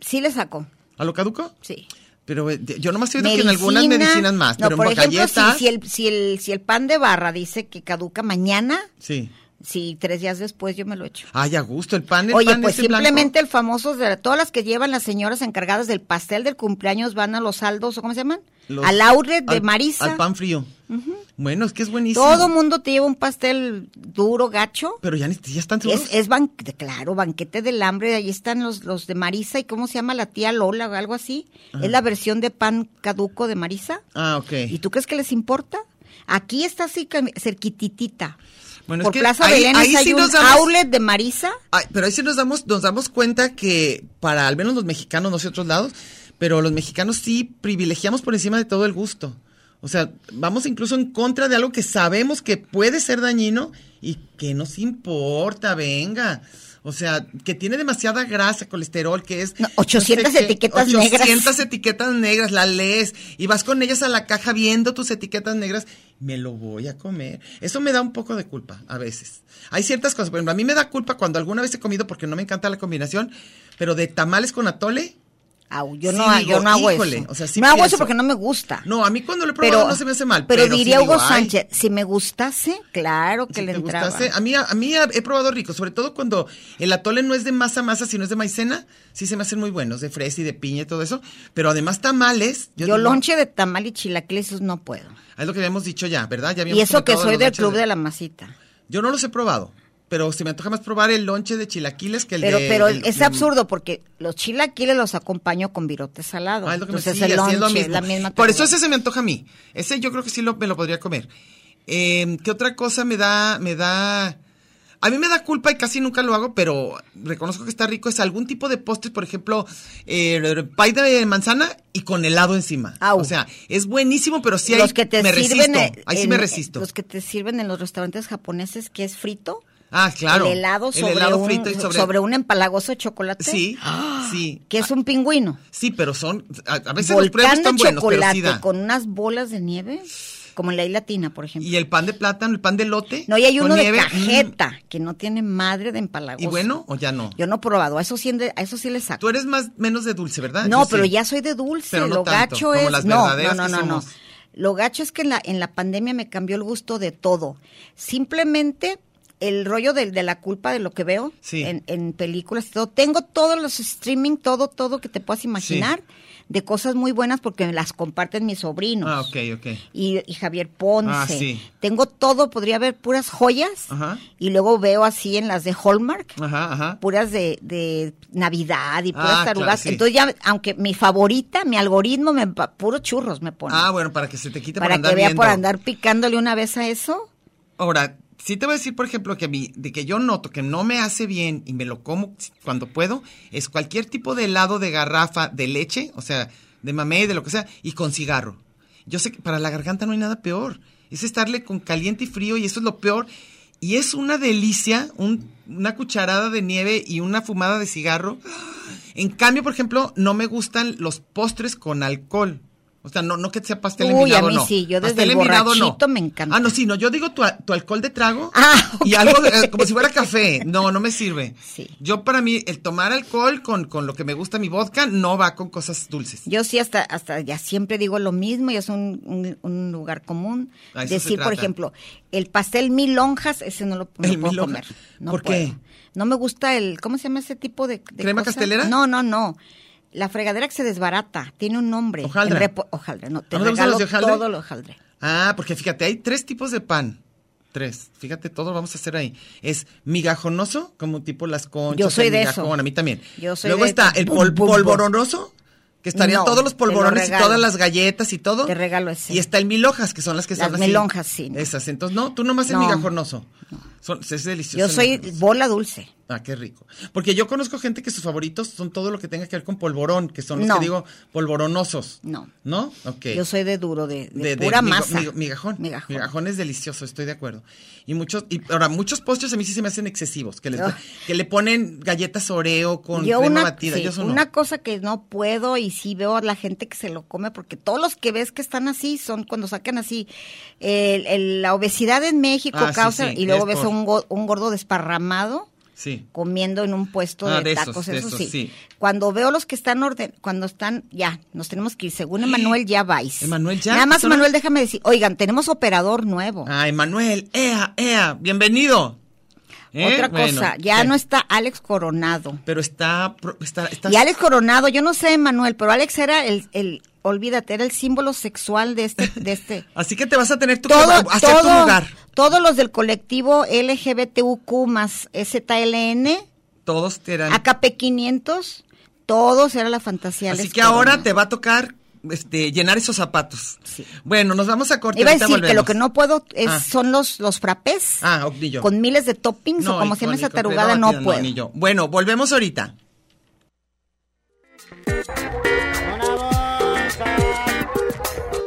[SPEAKER 1] Sí le sacó,
[SPEAKER 3] ¿A lo caduco?
[SPEAKER 1] sí.
[SPEAKER 3] Pero eh, yo nomás he oído que en algunas medicinas más,
[SPEAKER 1] no,
[SPEAKER 3] pero
[SPEAKER 1] por
[SPEAKER 3] en
[SPEAKER 1] ejemplo, Si,
[SPEAKER 3] galletas.
[SPEAKER 1] si el, si, el, si el pan de barra dice que caduca mañana,
[SPEAKER 3] sí.
[SPEAKER 1] si tres días después yo me lo echo.
[SPEAKER 3] Ay, a gusto, el pan, el
[SPEAKER 1] Oye,
[SPEAKER 3] pan
[SPEAKER 1] pues
[SPEAKER 3] ese blanco.
[SPEAKER 1] simplemente el famoso, de todas las que llevan las señoras encargadas del pastel del cumpleaños van a los saldos, ¿o cómo se llaman?
[SPEAKER 3] Los-
[SPEAKER 1] al outlet de
[SPEAKER 3] al-
[SPEAKER 1] Marisa.
[SPEAKER 3] Al pan frío. Bueno, es que es buenísimo.
[SPEAKER 1] Todo mundo te lleva un pastel duro, gacho.
[SPEAKER 3] Pero ya, ni- ya están seguros.
[SPEAKER 1] Es, es ban- claro, banquete del hambre, ahí están los, los de Marisa y cómo se llama la tía Lola o algo así. Es la versión de pan caduco de Marisa.
[SPEAKER 3] Ah, ok.
[SPEAKER 1] ¿Y tú crees que les importa? Aquí está así cam- cerquititita.
[SPEAKER 3] Bueno, es
[SPEAKER 1] Por
[SPEAKER 3] que
[SPEAKER 1] Plaza
[SPEAKER 3] ahí-
[SPEAKER 1] Belén
[SPEAKER 3] ahí
[SPEAKER 1] hay
[SPEAKER 3] sí
[SPEAKER 1] un
[SPEAKER 3] nos damos-
[SPEAKER 1] outlet de Marisa.
[SPEAKER 3] Ay, pero ahí sí nos damos, nos damos cuenta que para al menos los mexicanos, no sé otros lados, pero los mexicanos sí privilegiamos por encima de todo el gusto. O sea, vamos incluso en contra de algo que sabemos que puede ser dañino y que nos importa, venga. O sea, que tiene demasiada grasa, colesterol, que es...
[SPEAKER 1] No, 800
[SPEAKER 3] qué,
[SPEAKER 1] etiquetas negras.
[SPEAKER 3] 800 etiquetas negras, la lees y vas con ellas a la caja viendo tus etiquetas negras. Me lo voy a comer. Eso me da un poco de culpa a veces. Hay ciertas cosas. Por ejemplo, a mí me da culpa cuando alguna vez he comido porque no me encanta la combinación, pero de tamales con atole.
[SPEAKER 1] Au, yo,
[SPEAKER 3] Sí,
[SPEAKER 1] no, ha- yo
[SPEAKER 3] digo,
[SPEAKER 1] no hago
[SPEAKER 3] híjole,
[SPEAKER 1] eso.
[SPEAKER 3] o sea, sí
[SPEAKER 1] no hago eso
[SPEAKER 3] pienso.
[SPEAKER 1] porque no me gusta.
[SPEAKER 3] No, a mí cuando lo he probado no se me hace mal.
[SPEAKER 1] Pero,
[SPEAKER 3] sí
[SPEAKER 1] diría
[SPEAKER 3] digo,
[SPEAKER 1] Hugo
[SPEAKER 3] "Ay,
[SPEAKER 1] Sánchez, si me gustase, claro que
[SPEAKER 3] si
[SPEAKER 1] le
[SPEAKER 3] te
[SPEAKER 1] entraba.
[SPEAKER 3] gustase. A mí, a mí he probado rico, sobre todo cuando el atole no es de masa masa, sino es de maicena. Sí se me hacen muy buenos, de fresa y de piña y todo eso. Pero además tamales.
[SPEAKER 1] yo
[SPEAKER 3] digo,
[SPEAKER 1] lonche de tamal y chilaquiles esos no puedo.
[SPEAKER 3] Es lo que habíamos dicho ya, ¿verdad? Ya
[SPEAKER 1] Y
[SPEAKER 3] habíamos
[SPEAKER 1] eso que
[SPEAKER 3] comentado
[SPEAKER 1] soy
[SPEAKER 3] los
[SPEAKER 1] del
[SPEAKER 3] lonches
[SPEAKER 1] club de la masita.
[SPEAKER 3] Yo no los he probado, pero se me antoja más probar el lonche de chilaquiles que el
[SPEAKER 1] Pero,
[SPEAKER 3] de... mm,
[SPEAKER 1] pero
[SPEAKER 3] el-
[SPEAKER 1] es absurdo porque los chilaquiles los acompaño con virote salado.
[SPEAKER 3] Ah, es lo que me-
[SPEAKER 1] Entonces
[SPEAKER 3] sí,
[SPEAKER 1] el
[SPEAKER 3] así es lo
[SPEAKER 1] lonche Pues es
[SPEAKER 3] mismo.
[SPEAKER 1] la misma
[SPEAKER 3] Por eso
[SPEAKER 1] cosa.
[SPEAKER 3] ese se me antoja a mí. Ese yo creo que sí lo, me lo podría comer. Eh, ¿Qué otra cosa me da, me da... A mí me da culpa y casi nunca lo hago, pero reconozco que está rico. Es algún tipo de postre, por ejemplo, eh, pay de manzana y con helado encima.
[SPEAKER 1] Au.
[SPEAKER 3] O sea, es buenísimo, pero sí hay,
[SPEAKER 1] los que te
[SPEAKER 3] me
[SPEAKER 1] sirven
[SPEAKER 3] resisto.
[SPEAKER 1] eh,
[SPEAKER 3] Ahí sí
[SPEAKER 1] en-
[SPEAKER 3] me resisto.
[SPEAKER 1] Los que te sirven en los restaurantes japoneses que es frito.
[SPEAKER 3] ah, claro.
[SPEAKER 1] El helado sobre, un,
[SPEAKER 3] frito y
[SPEAKER 1] sobre... un empalagoso de chocolate.
[SPEAKER 3] Sí, sí.
[SPEAKER 1] Que es un pingüino.
[SPEAKER 3] Sí, pero son. A, a veces Ah, los pruebas
[SPEAKER 1] Volcando
[SPEAKER 3] están buenos, pero
[SPEAKER 1] chocolate
[SPEAKER 3] sí da.
[SPEAKER 1] con unas bolas de nieve, como en la isla Latina, por ejemplo.
[SPEAKER 3] Y el pan de plátano, el pan de lote.
[SPEAKER 1] no, y hay
[SPEAKER 3] con
[SPEAKER 1] uno
[SPEAKER 3] nieve,
[SPEAKER 1] de
[SPEAKER 3] mm.
[SPEAKER 1] cajeta, que no tiene madre de empalagoso.
[SPEAKER 3] ¿Y bueno o ya no?
[SPEAKER 1] Yo no he probado, a eso sí, a eso sí le saco.
[SPEAKER 3] Tú eres más menos de dulce, ¿verdad?
[SPEAKER 1] No,
[SPEAKER 3] Ah, Yo
[SPEAKER 1] pero
[SPEAKER 3] sí.
[SPEAKER 1] ya soy de dulce,
[SPEAKER 3] Pero no
[SPEAKER 1] lo
[SPEAKER 3] tanto,
[SPEAKER 1] gacho
[SPEAKER 3] como
[SPEAKER 1] es.
[SPEAKER 3] las
[SPEAKER 1] no, no,
[SPEAKER 3] verdaderas
[SPEAKER 1] no,
[SPEAKER 3] que
[SPEAKER 1] no, no.
[SPEAKER 3] somos.
[SPEAKER 1] Lo gacho es que en la, en la pandemia me cambió el gusto de todo. Simplemente el rollo del, de la culpa de lo que veo
[SPEAKER 3] Sí.
[SPEAKER 1] en, en películas y todo. Tengo todos los streaming, todo, todo que te puedas imaginar de cosas muy buenas porque me las comparten mis sobrinos.
[SPEAKER 3] Ah, ok, ok.
[SPEAKER 1] Y, y Javier Ponce.
[SPEAKER 3] Ah, sí.
[SPEAKER 1] Tengo todo, podría haber puras joyas.
[SPEAKER 3] Ajá.
[SPEAKER 1] Y luego veo así en las de Hallmark
[SPEAKER 3] Ajá, ajá.
[SPEAKER 1] puras de, de Navidad y puras
[SPEAKER 3] Ah,
[SPEAKER 1] tarugas.
[SPEAKER 3] claro, sí.
[SPEAKER 1] Entonces ya, aunque mi favorita, mi algoritmo, me pa- puro churros me pone.
[SPEAKER 3] Ah, bueno, para que se te quite por
[SPEAKER 1] para
[SPEAKER 3] andar
[SPEAKER 1] que vea
[SPEAKER 3] viendo.
[SPEAKER 1] por andar picándole una vez a eso.
[SPEAKER 3] Ahora, sí te voy a decir, por ejemplo, que a mí, de que yo noto que no me hace bien y me lo como cuando puedo, es cualquier tipo de helado de garrafa de leche, o sea, de mamey, de lo que sea, y con cigarro. Yo sé que para la garganta no hay nada peor. Es estarle con caliente y frío y eso es lo peor. Y es una delicia, un- una cucharada de nieve y una fumada de cigarro. En cambio, por ejemplo, no me gustan los postres con alcohol. O sea, no, no que sea pastel
[SPEAKER 1] Uy,
[SPEAKER 3] envinado,
[SPEAKER 1] a mí
[SPEAKER 3] no.
[SPEAKER 1] sí, yo desde el
[SPEAKER 3] Pastel envinado,
[SPEAKER 1] borrachito me encanta.
[SPEAKER 3] Ah, no, sí, no, yo digo tu, a- tu alcohol de trago
[SPEAKER 1] [laughs] Ah, ok.
[SPEAKER 3] y algo de- eh, como si fuera café. No, no me sirve.
[SPEAKER 1] Sí.
[SPEAKER 3] Yo para mí, el tomar alcohol con, con lo que me gusta mi vodka no va con cosas dulces.
[SPEAKER 1] Yo sí hasta, hasta ya siempre digo lo mismo y es un, un- un lugar común.
[SPEAKER 3] A eso se
[SPEAKER 1] Decir, por
[SPEAKER 3] trata.
[SPEAKER 1] ejemplo, el pastel mil lonjas, ese no lo no
[SPEAKER 3] El
[SPEAKER 1] puedo
[SPEAKER 3] mil
[SPEAKER 1] comer.
[SPEAKER 3] lonjas.
[SPEAKER 1] No
[SPEAKER 3] ¿Por
[SPEAKER 1] puedo.
[SPEAKER 3] qué?
[SPEAKER 1] No me gusta el, ¿cómo se llama ese tipo de, de
[SPEAKER 3] ¿Crema
[SPEAKER 1] cosa?
[SPEAKER 3] pastelera?
[SPEAKER 1] No, no, no. La fregadera que se desbarata, tiene un nombre.
[SPEAKER 3] Hojaldre.
[SPEAKER 1] En repo- hojaldre, no, te
[SPEAKER 3] ¿No te gustan
[SPEAKER 1] regalo
[SPEAKER 3] los de hojaldre?
[SPEAKER 1] todo lo hojaldre.
[SPEAKER 3] Ah, porque fíjate, hay tres tipos de pan. Tres. Fíjate, todo lo vamos a hacer ahí. Es migajonoso, como tipo las conchas.
[SPEAKER 1] Yo soy
[SPEAKER 3] el
[SPEAKER 1] de eso.
[SPEAKER 3] migajón, A mí también.
[SPEAKER 1] Yo soy
[SPEAKER 3] Luego
[SPEAKER 1] de
[SPEAKER 3] está el
[SPEAKER 1] bum,
[SPEAKER 3] pol-
[SPEAKER 1] bum, bum.
[SPEAKER 3] polvoronoso, que estarían
[SPEAKER 1] No,
[SPEAKER 3] todos los
[SPEAKER 1] te lo
[SPEAKER 3] polvorones y
[SPEAKER 1] regalo.
[SPEAKER 3] todas las galletas y todo.
[SPEAKER 1] Te regalo ese.
[SPEAKER 3] Y está el milhojas, que son las que
[SPEAKER 1] Las
[SPEAKER 3] son así.
[SPEAKER 1] milonjas, sí, no.
[SPEAKER 3] Esas. Entonces, no, tú nomás el
[SPEAKER 1] No.
[SPEAKER 3] migajonoso. Son, es delicioso.
[SPEAKER 1] Yo
[SPEAKER 3] el
[SPEAKER 1] soy
[SPEAKER 3] migajonoso.
[SPEAKER 1] bola dulce.
[SPEAKER 3] Ah, qué rico. Porque yo conozco gente que sus favoritos son todo lo que tenga que ver con polvorón, que son los
[SPEAKER 1] No.
[SPEAKER 3] que digo polvoronosos.
[SPEAKER 1] No.
[SPEAKER 3] ¿No? Ok.
[SPEAKER 1] Yo soy de duro, de, de
[SPEAKER 3] De, de
[SPEAKER 1] pura
[SPEAKER 3] migo-
[SPEAKER 1] masa.
[SPEAKER 3] migo- migajón.
[SPEAKER 1] Migajón.
[SPEAKER 3] es delicioso, estoy de acuerdo. Y muchos, y ahora, muchos postres a mí sí se me hacen excesivos, que, les-
[SPEAKER 1] Ah.
[SPEAKER 3] que le ponen galletas oreo con
[SPEAKER 1] Yo
[SPEAKER 3] crema
[SPEAKER 1] una,
[SPEAKER 3] batida.
[SPEAKER 1] sí,
[SPEAKER 3] yo eso no.
[SPEAKER 1] una cosa que no puedo y sí veo a la gente que se lo come, porque todos los que ves que están así son cuando sacan así. el- el- la obesidad en México
[SPEAKER 3] Ah, sí,
[SPEAKER 1] causa,
[SPEAKER 3] sí,
[SPEAKER 1] y luego
[SPEAKER 3] es
[SPEAKER 1] ves a
[SPEAKER 3] por-
[SPEAKER 1] un, go- un gordo desparramado
[SPEAKER 3] Sí.
[SPEAKER 1] comiendo en un puesto
[SPEAKER 3] Ah,
[SPEAKER 1] de,
[SPEAKER 3] de esos,
[SPEAKER 1] tacos,
[SPEAKER 3] de
[SPEAKER 1] eso
[SPEAKER 3] esos,
[SPEAKER 1] sí.
[SPEAKER 3] sí.
[SPEAKER 1] Cuando veo los que están orden, cuando están, ya, nos tenemos que ir. Según Emanuel, ya vais.
[SPEAKER 3] Emanuel, ya.
[SPEAKER 1] Nada más,
[SPEAKER 3] Son-
[SPEAKER 1] Emanuel, déjame decir, oigan, tenemos operador nuevo.
[SPEAKER 3] Ay, Manuel, Ah, ea, ea, bienvenido. ¿Eh?
[SPEAKER 1] Otra
[SPEAKER 3] Bueno,
[SPEAKER 1] cosa, ya
[SPEAKER 3] ¿qué?
[SPEAKER 1] no está Alex Coronado.
[SPEAKER 3] Pero está, pro- está, está-
[SPEAKER 1] Y Alex Coronado, yo no sé, Manuel, pero Alex era el, el olvídate, era el símbolo sexual de este, de este.
[SPEAKER 3] Así que te vas a tener [laughs] tú que
[SPEAKER 1] todo,
[SPEAKER 3] hacer tu
[SPEAKER 1] todo,
[SPEAKER 3] lugar.
[SPEAKER 1] todos los del colectivo LGBTQ más ZLN,
[SPEAKER 3] Todos te eran.
[SPEAKER 1] AKP 500, todos era la fantasía. de
[SPEAKER 3] Así
[SPEAKER 1] Alex
[SPEAKER 3] que ahora
[SPEAKER 1] Coronado.
[SPEAKER 3] te va a tocar este, llenar esos zapatos.
[SPEAKER 1] Sí.
[SPEAKER 3] Bueno, nos vamos a cortar.
[SPEAKER 1] Iba a
[SPEAKER 3] ahorita
[SPEAKER 1] decir que lo
[SPEAKER 3] volvemos.
[SPEAKER 1] que no puedo es,
[SPEAKER 3] Ah.
[SPEAKER 1] son los, los frappés
[SPEAKER 3] Ah, ok, ni yo.
[SPEAKER 1] con miles de toppings o como
[SPEAKER 3] y
[SPEAKER 1] se llama
[SPEAKER 3] con-
[SPEAKER 1] esa
[SPEAKER 3] y con crema
[SPEAKER 1] tarugada, no
[SPEAKER 3] batida,
[SPEAKER 1] puedo.
[SPEAKER 3] ni yo. Bueno, volvemos ahorita.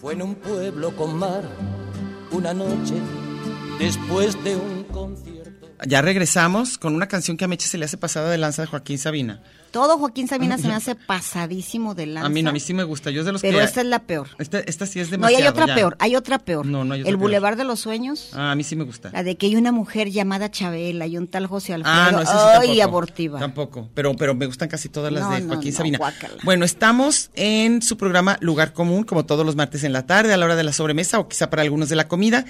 [SPEAKER 4] Fue en un pueblo con mar una noche después de un concierto.
[SPEAKER 3] Ya regresamos con una canción que a Meche se le hace pasada de lanza de Joaquín Sabina.
[SPEAKER 1] Todo Joaquín Sabina se me hace pasadísimo de lanza.
[SPEAKER 3] A mí no, a mí sí me gusta. Yo es de los
[SPEAKER 1] Pero
[SPEAKER 3] que.
[SPEAKER 1] esta es la peor.
[SPEAKER 3] Esta, esta sí es
[SPEAKER 1] No, y
[SPEAKER 3] demasiado.
[SPEAKER 1] hay otra
[SPEAKER 3] ya.
[SPEAKER 1] peor, hay otra peor.
[SPEAKER 3] No, no hay otra
[SPEAKER 1] El
[SPEAKER 3] peor.
[SPEAKER 1] Boulevard de los Sueños.
[SPEAKER 3] Ah, a mí sí me gusta.
[SPEAKER 1] La de que hay una mujer llamada Chabela y un tal José Alfredo.
[SPEAKER 3] Ah, no, esa sí
[SPEAKER 1] Ay,
[SPEAKER 3] tampoco.
[SPEAKER 1] abortiva.
[SPEAKER 3] Tampoco, pero, pero me gustan casi todas las
[SPEAKER 1] No,
[SPEAKER 3] de
[SPEAKER 1] no,
[SPEAKER 3] Joaquín
[SPEAKER 1] no,
[SPEAKER 3] Sabina.
[SPEAKER 1] guácala.
[SPEAKER 3] Bueno, estamos en su programa Lugar Común, como todos los martes en la tarde, a la hora de la sobremesa o quizá para algunos de la comida.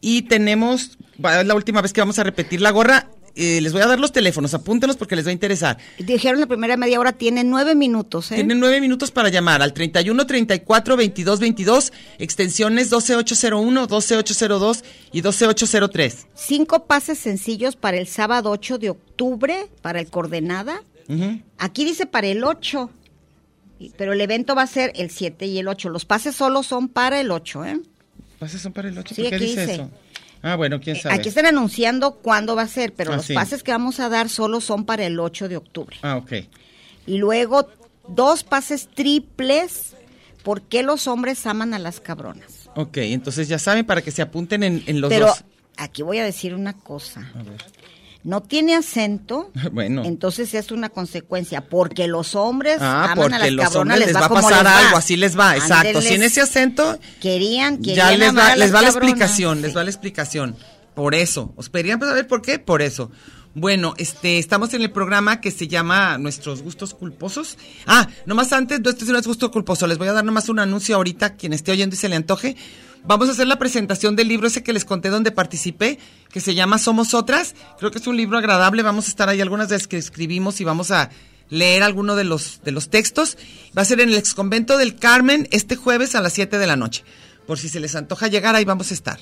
[SPEAKER 3] Y tenemos, va, es la última vez que vamos a repetir la gorra. Eh, les voy a dar los teléfonos, apúntenos porque les va a interesar.
[SPEAKER 1] Dijeron la primera media hora, tiene nueve minutos, ¿eh?
[SPEAKER 3] Tienen nueve minutos para llamar al 31 34 22 22, extensiones 12801, 12802 y 12803.
[SPEAKER 1] Cinco pases sencillos para el sábado 8 de octubre, para el Coordenada.
[SPEAKER 3] Ujú.
[SPEAKER 1] Aquí dice para el 8, y- pero el evento va a ser el 7 y el 8. Los pases solo son para el 8, ¿eh?
[SPEAKER 3] ¿Pases son para el 8?
[SPEAKER 1] Sí,
[SPEAKER 3] ¿Por qué
[SPEAKER 1] aquí
[SPEAKER 3] dice,
[SPEAKER 1] dice.
[SPEAKER 3] eso? Ah, bueno, quién
[SPEAKER 1] Eh,
[SPEAKER 3] sabe.
[SPEAKER 1] Aquí están anunciando cuándo va a ser, pero
[SPEAKER 3] Ah,
[SPEAKER 1] los
[SPEAKER 3] sí.
[SPEAKER 1] pases que vamos a dar solo son para el 8 de octubre.
[SPEAKER 3] Ah, ok.
[SPEAKER 1] Y luego dos pases triples, ¿por qué los hombres aman a las cabronas?
[SPEAKER 3] Ok, entonces ya saben para que se apunten en, en los
[SPEAKER 1] pero
[SPEAKER 3] dos. [laughs]
[SPEAKER 1] aquí voy a decir una cosa.
[SPEAKER 3] A ver.
[SPEAKER 1] No tiene acento.
[SPEAKER 3] [laughs] Bueno.
[SPEAKER 1] Entonces es una consecuencia, porque los hombres aman
[SPEAKER 3] Ah,
[SPEAKER 1] a
[SPEAKER 3] porque
[SPEAKER 1] las
[SPEAKER 3] los
[SPEAKER 1] cabronas,
[SPEAKER 3] hombres les va a
[SPEAKER 1] como
[SPEAKER 3] pasar
[SPEAKER 1] les va.
[SPEAKER 3] algo, así les va, exacto.
[SPEAKER 1] Ándeles,
[SPEAKER 3] Sin ese acento,
[SPEAKER 1] querían, querían
[SPEAKER 3] ya les
[SPEAKER 1] amar
[SPEAKER 3] va,
[SPEAKER 1] a
[SPEAKER 3] les
[SPEAKER 1] las
[SPEAKER 3] va la
[SPEAKER 1] cabronas.
[SPEAKER 3] explicación,
[SPEAKER 1] Sí.
[SPEAKER 3] les va la explicación. Por eso, os pedirían para saber por qué, por eso. Bueno, este, estamos en el programa que se llama Nuestros Gustos Culposos. Ah, nomás antes, no, esto es un gusto culposo. Les voy a dar nomás un anuncio ahorita, a quien esté oyendo y se le antoje. Vamos a hacer la presentación del libro ese que les conté donde participé, que se llama Somos Otras. Creo que es un libro agradable. Vamos a estar ahí algunas de las que escribimos y vamos a leer alguno de los, de los textos. Va a ser en el exconvento del Carmen este jueves a las 7 de la noche. Por si se les antoja llegar, ahí vamos a estar.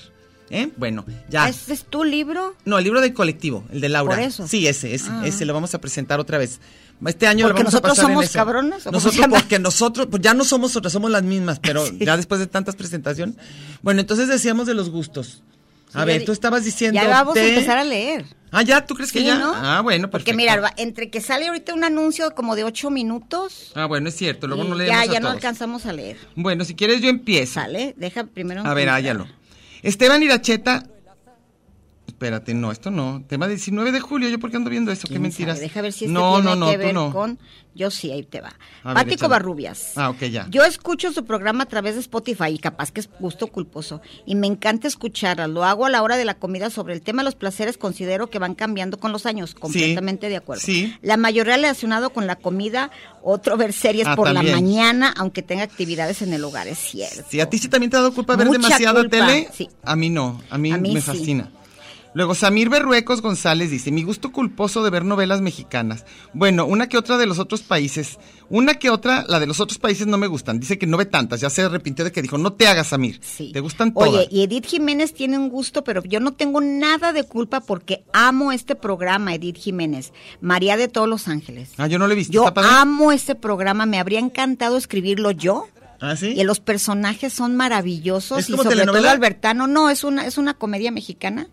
[SPEAKER 3] ¿Eh? Bueno, ya.
[SPEAKER 1] ¿Este es tu libro?
[SPEAKER 3] No, el libro del colectivo, el de Laura.
[SPEAKER 1] Por eso.
[SPEAKER 3] Sí, ese, ese,
[SPEAKER 1] Ah.
[SPEAKER 3] ese lo vamos a presentar otra vez. Este año lo
[SPEAKER 1] Porque
[SPEAKER 3] vamos
[SPEAKER 1] nosotros
[SPEAKER 3] a pasar en
[SPEAKER 1] somos
[SPEAKER 3] ese.
[SPEAKER 1] cabrones, ¿o cómo se
[SPEAKER 3] Nosotros,
[SPEAKER 1] llama?
[SPEAKER 3] porque nosotros, pues ya no somos otras, somos las mismas,
[SPEAKER 1] [laughs]
[SPEAKER 3] pero ya después de tantas presentaciones. Bueno, entonces decíamos de los gustos. A
[SPEAKER 1] Sí,
[SPEAKER 3] ver,
[SPEAKER 1] ya-
[SPEAKER 3] tú estabas diciendo.
[SPEAKER 1] Ya vamos a
[SPEAKER 3] de-
[SPEAKER 1] empezar a leer.
[SPEAKER 3] Ah, ya, ¿tú crees que
[SPEAKER 1] Sí,
[SPEAKER 3] ya?
[SPEAKER 1] ¿no?
[SPEAKER 3] Ah, bueno,
[SPEAKER 1] Porque
[SPEAKER 3] perfecto.
[SPEAKER 1] mira, va- entre que sale ahorita un anuncio como de ocho minutos,
[SPEAKER 3] Ah, bueno, es cierto, luego
[SPEAKER 1] y
[SPEAKER 3] no leemos
[SPEAKER 1] ya,
[SPEAKER 3] a
[SPEAKER 1] ya no
[SPEAKER 3] todos.
[SPEAKER 1] alcanzamos a leer.
[SPEAKER 3] Bueno, si quieres yo empiezo.
[SPEAKER 1] Sale, deja primero.
[SPEAKER 3] A ver,
[SPEAKER 1] encontrar.
[SPEAKER 3] hállalo. Esteban Iracheta. Espérate, no, esto no. Tema 19 de julio, ¿yo por qué ando viendo eso? Qué
[SPEAKER 1] ¿Quién
[SPEAKER 3] mentiras.
[SPEAKER 1] sabe? Deja ver si este
[SPEAKER 3] no,
[SPEAKER 1] tiene
[SPEAKER 3] no, no,
[SPEAKER 1] que
[SPEAKER 3] tú
[SPEAKER 1] ver
[SPEAKER 3] no.
[SPEAKER 1] con. Yo sí, ahí te va.
[SPEAKER 3] A ver,
[SPEAKER 1] Pático
[SPEAKER 3] échale.
[SPEAKER 1] Barrubias.
[SPEAKER 3] Ah, ok, ya.
[SPEAKER 1] Yo escucho su programa a través de Spotify y capaz que es gusto culposo. Y me encanta escucharla. Lo hago a la hora de la comida sobre el tema de los placeres. Considero que van cambiando con los años. Completamente de acuerdo.
[SPEAKER 3] sí.
[SPEAKER 1] La mayoría relacionado con la comida. Otro ver series
[SPEAKER 3] Ah,
[SPEAKER 1] por la
[SPEAKER 3] también.
[SPEAKER 1] mañana, aunque tenga actividades en el hogar. Es cierto.
[SPEAKER 3] Sí, a ti sí también te ha dado culpa ver
[SPEAKER 1] Mucha
[SPEAKER 3] demasiada
[SPEAKER 1] culpa,
[SPEAKER 3] tele.
[SPEAKER 1] sí.
[SPEAKER 3] A mí no, a mí,
[SPEAKER 1] A mí
[SPEAKER 3] me
[SPEAKER 1] sí.
[SPEAKER 3] fascina. Luego Samir Berruecos González dice, mi gusto culposo de ver novelas mexicanas. Bueno, una que otra de los otros países. Una que otra, la de los otros países no me gustan. Dice que no ve tantas, ya se arrepintió de que dijo, no te hagas, Samir.
[SPEAKER 1] Sí.
[SPEAKER 3] Te gustan todas.
[SPEAKER 1] Oye, y Edith Jiménez tiene un gusto, pero yo no tengo nada de culpa porque amo este programa, Edith Jiménez. María de todos los ángeles.
[SPEAKER 3] Ah, yo no le he visto.
[SPEAKER 1] Yo
[SPEAKER 3] ¿está padre?
[SPEAKER 1] amo este programa, me habría encantado escribirlo yo.
[SPEAKER 3] ¿Ah, sí?
[SPEAKER 1] Y los personajes son maravillosos
[SPEAKER 3] ¿Es
[SPEAKER 1] y
[SPEAKER 3] como
[SPEAKER 1] sobre todo
[SPEAKER 3] telenovela?
[SPEAKER 1] Albertano, no, es una es una comedia mexicana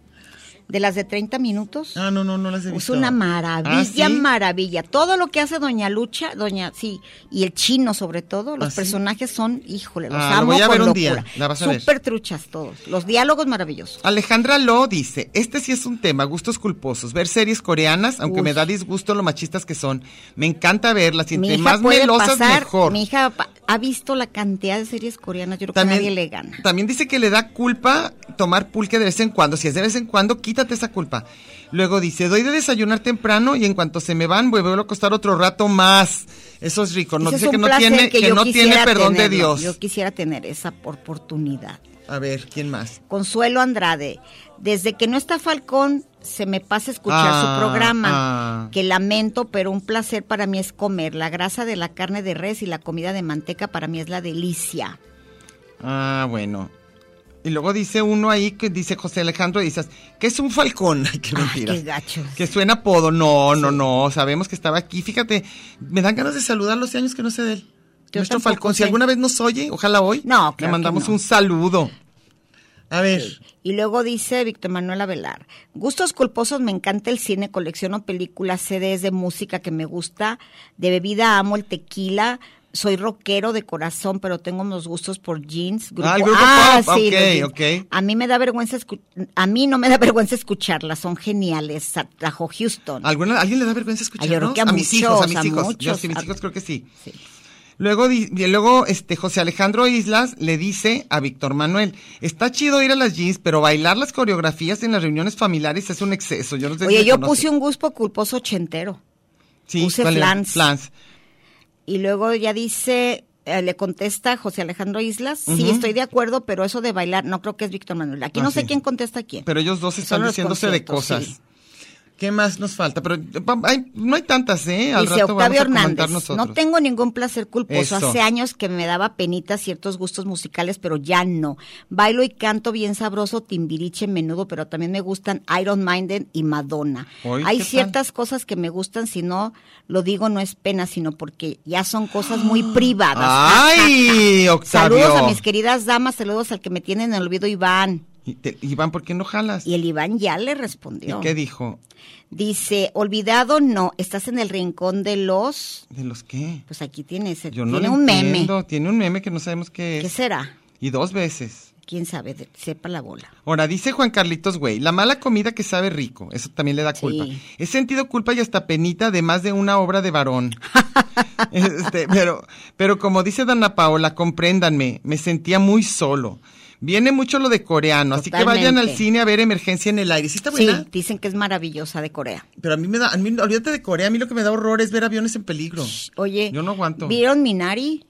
[SPEAKER 1] de las de 30 minutos.
[SPEAKER 3] Ah, no, no, no las he
[SPEAKER 1] Es
[SPEAKER 3] visto.
[SPEAKER 1] una
[SPEAKER 3] Ah,
[SPEAKER 1] maravilla,
[SPEAKER 3] ¿sí?
[SPEAKER 1] maravilla. Todo lo que hace Doña Lucha, Doña, sí, y el chino sobre todo, los
[SPEAKER 3] ¿Ah, sí?
[SPEAKER 1] personajes son, híjole, los
[SPEAKER 3] Ah, lo
[SPEAKER 1] amo
[SPEAKER 3] voy a
[SPEAKER 1] con
[SPEAKER 3] ver un día,
[SPEAKER 1] locura.
[SPEAKER 3] la vas a ver.
[SPEAKER 1] Súper truchas todos. Los diálogos maravillosos.
[SPEAKER 3] Alejandra Lo dice, este sí es un tema, gustos culposos, ver series coreanas, aunque
[SPEAKER 1] Uy.
[SPEAKER 3] me da disgusto lo machistas que son. Me encanta verlas y
[SPEAKER 1] mi
[SPEAKER 3] entre
[SPEAKER 1] hija
[SPEAKER 3] más
[SPEAKER 1] puede
[SPEAKER 3] melosas
[SPEAKER 1] pasar,
[SPEAKER 3] mejor.
[SPEAKER 1] mi hija pa- ha visto la cantidad de series coreanas, yo creo que nadie le gana.
[SPEAKER 3] También dice que le da culpa tomar pulque de vez en cuando. Si es de vez en cuando, quítate esa culpa. Luego dice, doy de desayunar temprano y en cuanto se me van, me vuelvo a acostar otro rato más. Eso es rico. No
[SPEAKER 1] Ese es
[SPEAKER 3] dice que
[SPEAKER 1] un
[SPEAKER 3] no
[SPEAKER 1] placer
[SPEAKER 3] tiene, que
[SPEAKER 1] yo
[SPEAKER 3] no tiene
[SPEAKER 1] quisiera
[SPEAKER 3] perdón de
[SPEAKER 1] tenerlo.
[SPEAKER 3] Dios.
[SPEAKER 1] Yo quisiera tener esa oportunidad.
[SPEAKER 3] A ver, ¿quién más?
[SPEAKER 1] Consuelo Andrade, desde que no está Falcón, se me pasa escuchar
[SPEAKER 3] Ah,
[SPEAKER 1] su programa,
[SPEAKER 3] ah.
[SPEAKER 1] que lamento, pero un placer para mí es comer. La grasa de la carne de res y la comida de manteca para mí es la delicia.
[SPEAKER 3] Ah, bueno. Y luego dice uno ahí que dice José Alejandro, dices, que es un falcón. [laughs] Ay, qué
[SPEAKER 1] Ay,
[SPEAKER 3] mentira.
[SPEAKER 1] qué gacho.
[SPEAKER 3] Que suena apodo. No, no, no. Sabemos que estaba aquí. Fíjate, me dan ganas de saludar los años que no sé de él.
[SPEAKER 1] Yo
[SPEAKER 3] Nuestro
[SPEAKER 1] tampoco
[SPEAKER 3] Falcón, si
[SPEAKER 1] sé.
[SPEAKER 3] alguna vez nos oye, ojalá hoy,
[SPEAKER 1] No,
[SPEAKER 3] le
[SPEAKER 1] claro
[SPEAKER 3] mandamos
[SPEAKER 1] que no.
[SPEAKER 3] un saludo. A ver,
[SPEAKER 1] Y luego dice Víctor Manuel Avelar, gustos culposos, me encanta el cine, colecciono películas, CDs de música que me gusta, de bebida amo el tequila, soy rockero de corazón, pero tengo unos gustos por jeans.
[SPEAKER 3] Ah, el grupo pop, ok,
[SPEAKER 1] los jeans.
[SPEAKER 3] ok.
[SPEAKER 1] A mí me da vergüenza, escu- a mí no me da vergüenza escucharlas, son geniales. Sa- Trajo Houston.
[SPEAKER 3] ¿Alguna, ¿Alguien le da vergüenza
[SPEAKER 1] Ay, yo creo
[SPEAKER 3] escucharnos?
[SPEAKER 1] que a
[SPEAKER 3] mis
[SPEAKER 1] muchos,
[SPEAKER 3] hijos, a mis
[SPEAKER 1] a
[SPEAKER 3] hijos. Yo
[SPEAKER 1] muchos,
[SPEAKER 3] sí,
[SPEAKER 1] a-
[SPEAKER 3] mis hijos creo que sí.
[SPEAKER 1] Sí.
[SPEAKER 3] Luego, di- y luego este, José Alejandro Islas le dice a Víctor Manuel, está chido ir a las jeans, pero bailar las coreografías en las reuniones familiares es un exceso. Yo no sé si
[SPEAKER 1] Oye,
[SPEAKER 3] me
[SPEAKER 1] yo
[SPEAKER 3] conoces.
[SPEAKER 1] puse un gusto culposo ochentero.
[SPEAKER 3] Sí,
[SPEAKER 1] puse
[SPEAKER 3] ¿cuál era?
[SPEAKER 1] flans.
[SPEAKER 3] Flans.
[SPEAKER 1] Y luego ya dice, eh, le contesta José Alejandro Islas, sí,
[SPEAKER 3] Ujú.
[SPEAKER 1] estoy de acuerdo, pero eso de bailar no creo que es Víctor Manuel. Aquí
[SPEAKER 3] Ah,
[SPEAKER 1] no sé
[SPEAKER 3] sí.
[SPEAKER 1] quién contesta a quién.
[SPEAKER 3] Pero ellos dos están
[SPEAKER 1] Son los
[SPEAKER 3] diciéndose de
[SPEAKER 1] conciertos,
[SPEAKER 3] cosas.
[SPEAKER 1] sí.
[SPEAKER 3] ¿Qué más nos falta? Pero pa- hay- no hay tantas, ¿eh? Al
[SPEAKER 1] Dice
[SPEAKER 3] rato
[SPEAKER 1] Octavio
[SPEAKER 3] vamos a comentar
[SPEAKER 1] Hernández,
[SPEAKER 3] nosotros.
[SPEAKER 1] no tengo ningún placer culposo.
[SPEAKER 3] Eso.
[SPEAKER 1] Hace años que me daba penita ciertos gustos musicales, pero ya no. Bailo y canto bien sabroso, timbiriche menudo, pero también me gustan Iron Maiden y Madonna.
[SPEAKER 3] Ay,
[SPEAKER 1] Hay
[SPEAKER 3] ¿qué tal?
[SPEAKER 1] ciertas cosas que me gustan, si no lo digo no es pena, sino porque ya son cosas
[SPEAKER 3] [gasps]
[SPEAKER 1] muy privadas.
[SPEAKER 3] ¡Ay, Octavio!
[SPEAKER 1] Saludos a mis queridas damas, saludos al que me tienen en el olvido Iván.
[SPEAKER 3] Y te- Iván, ¿por qué no jalas?
[SPEAKER 1] Y el Iván ya le
[SPEAKER 3] ¿Y
[SPEAKER 1] respondió.
[SPEAKER 3] qué dijo?
[SPEAKER 1] Dice, olvidado no, estás en el rincón de los...
[SPEAKER 3] ¿De los qué?
[SPEAKER 1] Pues aquí tienes,
[SPEAKER 3] Yo no
[SPEAKER 1] tiene
[SPEAKER 3] le
[SPEAKER 1] un meme.
[SPEAKER 3] entiendo. Tiene un meme que no sabemos qué es.
[SPEAKER 1] ¿Qué será?
[SPEAKER 3] Y dos veces.
[SPEAKER 1] ¿Quién sabe? De- sepa la bola.
[SPEAKER 3] Ahora, dice Juan Carlitos, güey, la mala comida que sabe rico, eso también le da
[SPEAKER 1] Sí.
[SPEAKER 3] culpa. He sentido culpa y hasta penita de más de una obra
[SPEAKER 1] [laughs]
[SPEAKER 3] de varón. Este, pero, pero como dice Dana Paola, compréndanme, me sentía muy solo. Viene mucho lo de coreano, así que vayan al
[SPEAKER 1] Totalmente.
[SPEAKER 3] cine a ver Emergencia en el Aire. Sí está
[SPEAKER 1] Sí,
[SPEAKER 3] buena,
[SPEAKER 1] dicen que es maravillosa de Corea.
[SPEAKER 3] pero a mí me da, a mí- olvídate de Corea, a mí lo que me da horror es ver aviones en peligro.
[SPEAKER 1] Oye,
[SPEAKER 3] Yo no aguanto.
[SPEAKER 1] ¿vieron Minari?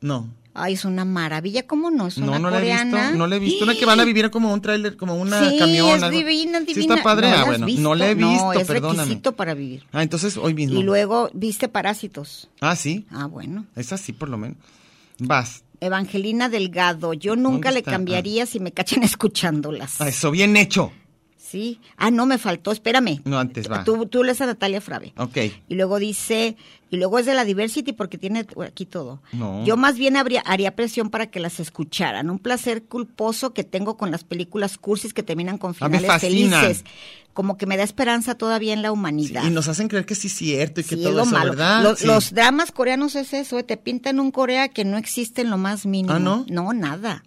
[SPEAKER 3] No.
[SPEAKER 1] Ay, es una maravilla, ¿cómo no? Es
[SPEAKER 3] No,
[SPEAKER 1] una
[SPEAKER 3] no la he
[SPEAKER 1] coreana.
[SPEAKER 3] visto, no la he visto. Una que van a vivir como un tráiler, como una
[SPEAKER 1] sí,
[SPEAKER 3] camión.
[SPEAKER 1] es
[SPEAKER 3] algo.
[SPEAKER 1] divina, divina.
[SPEAKER 3] Sí está padre,
[SPEAKER 1] ¿No
[SPEAKER 3] ah,
[SPEAKER 1] la has
[SPEAKER 3] bueno,
[SPEAKER 1] visto?
[SPEAKER 3] no la he
[SPEAKER 1] No,
[SPEAKER 3] visto,
[SPEAKER 1] es
[SPEAKER 3] perdóname.
[SPEAKER 1] requisito para vivir.
[SPEAKER 3] Ah, entonces hoy mismo.
[SPEAKER 1] Y luego, ¿viste Parásitos?
[SPEAKER 3] Ah, sí.
[SPEAKER 1] Ah, bueno.
[SPEAKER 3] Es así, por lo menos. Vas.
[SPEAKER 1] Evangelina Delgado, yo nunca le
[SPEAKER 3] está?
[SPEAKER 1] cambiaría si me cachan [laughs] escuchándolas.
[SPEAKER 3] Ah, eso, bien hecho.
[SPEAKER 1] Sí. Ah, no, me faltó, espérame.
[SPEAKER 3] No, antes va.
[SPEAKER 1] Tú, tú lees a Natalia Frave.
[SPEAKER 3] Ok.
[SPEAKER 1] Y luego dice, y luego es de la diversity porque tiene aquí todo.
[SPEAKER 3] No.
[SPEAKER 1] Yo más bien habría- haría presión para que las escucharan. Un placer culposo que tengo con las películas cursis que terminan con
[SPEAKER 3] Ah, me
[SPEAKER 1] finales
[SPEAKER 3] fascinan.
[SPEAKER 1] felices. Como que me da esperanza todavía en la
[SPEAKER 3] Sí,
[SPEAKER 1] humanidad.
[SPEAKER 3] y nos hacen creer que sí es cierto y que
[SPEAKER 1] Sí,
[SPEAKER 3] todo
[SPEAKER 1] es lo
[SPEAKER 3] eso,
[SPEAKER 1] malo.
[SPEAKER 3] ¿verdad?
[SPEAKER 1] Los,
[SPEAKER 3] Sí.
[SPEAKER 1] los dramas coreanos es eso, eh, te pintan un Corea que no existe en lo más mínimo.
[SPEAKER 3] Ah, ¿no?
[SPEAKER 1] No, nada.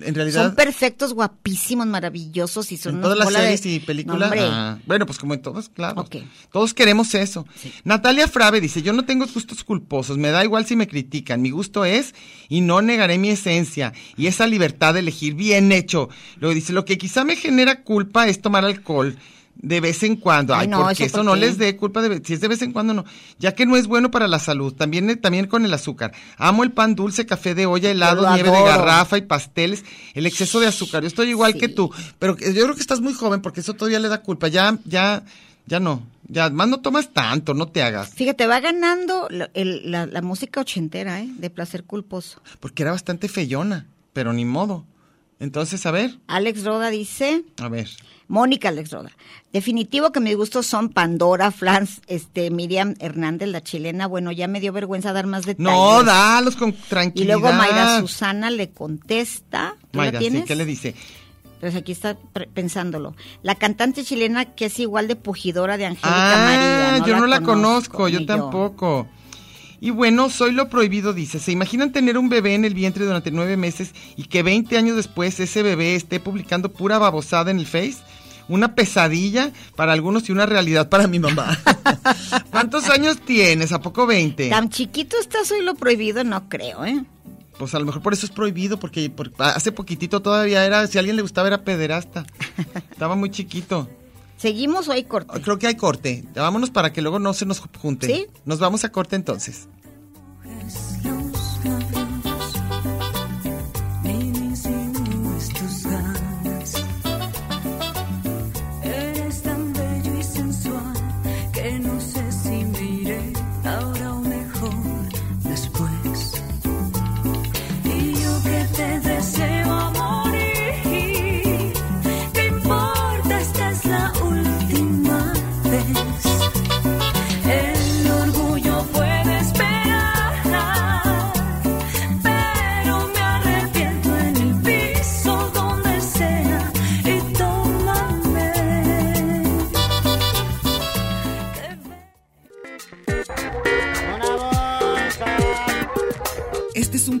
[SPEAKER 3] En realidad,
[SPEAKER 1] Son perfectos, guapísimos, maravillosos y son
[SPEAKER 3] en
[SPEAKER 1] una
[SPEAKER 3] todas las
[SPEAKER 1] bola de-
[SPEAKER 3] series y
[SPEAKER 1] No,
[SPEAKER 3] películas.
[SPEAKER 1] hombre.
[SPEAKER 3] ah, bueno, pues como en todas, claro.
[SPEAKER 1] Ok.
[SPEAKER 3] Todos queremos eso. Natalia Frave dice: Yo no tengo gustos culposos, me da igual si me critican. Mi gusto es y no negaré mi esencia y esa libertad de elegir. Bien hecho. Luego dice: Lo que quizá me genera culpa es tomar alcohol. De vez en cuando, ay,
[SPEAKER 1] Ay, no,
[SPEAKER 3] porque eso,
[SPEAKER 1] ¿eso por
[SPEAKER 3] no
[SPEAKER 1] qué?
[SPEAKER 3] les dé culpa de si es de vez en cuando no, ya que no es bueno para la salud, también eh, también con el azúcar. Amo el pan dulce, café de olla, helado,
[SPEAKER 1] lo
[SPEAKER 3] nieve de
[SPEAKER 1] adoro.
[SPEAKER 3] garrafa y pasteles, el exceso de azúcar. Yo estoy igual que
[SPEAKER 1] Sí.
[SPEAKER 3] tú, pero que- yo creo que estás muy joven porque eso todavía le da culpa. Ya, ya, ya no. Ya, más no tomas tanto, no te hagas.
[SPEAKER 1] Fíjate, va ganando la, el- la- la música ochentera, ¿eh? De placer culposo.
[SPEAKER 3] Porque era bastante feyona, pero ni modo. Entonces, a ver,
[SPEAKER 1] Alex Roda dice,
[SPEAKER 3] a ver.
[SPEAKER 1] Mónica Alex Roda, definitivo que mis gustos son Pandora, Flans, este, Miriam Hernández, la chilena. Bueno, ya me dio vergüenza dar más detalles.
[SPEAKER 3] No, dalos con tranquilidad.
[SPEAKER 1] Y luego Mayra Susana le contesta. ¿Tú la
[SPEAKER 3] Mayra, sí,
[SPEAKER 1] tienes?
[SPEAKER 3] ¿qué le dice?
[SPEAKER 1] Pues aquí está pre- pensándolo. La cantante chilena que es igual de pujidora de Angélica
[SPEAKER 3] Ah,
[SPEAKER 1] María.
[SPEAKER 3] yo no la conozco, yo
[SPEAKER 1] ni
[SPEAKER 3] tampoco. Y bueno, soy lo prohibido, dice. ¿Se imaginan tener un bebé en el vientre durante nueve meses y que 20 años después ese bebé esté publicando pura babosada en el Face? Una pesadilla para algunos y una realidad para mi [laughs] mamá. ¿Cuántos años tienes? ¿A poco 20?
[SPEAKER 1] Tan chiquito estás hoy lo prohibido, no creo, ¿eh?
[SPEAKER 3] Pues a lo mejor por eso es prohibido, porque, por- hace poquitito todavía era, si a alguien le gustaba era pederasta. Estaba muy chiquito.
[SPEAKER 1] Seguimos hoy corto.
[SPEAKER 3] Creo que hay corte. Vámonos para que luego no se nos junten.
[SPEAKER 1] ¿Sí?
[SPEAKER 3] Nos vamos a corte entonces.
[SPEAKER 5] Los labios, ni mis inútiles tus ganas. Eres tan bello y sensual que no sé si me iré ahora o mejor después. Y yo que te deseo a morir, ¿te importa? Esta es la última vez. El orgullo puede esperar.
[SPEAKER 6] Este es un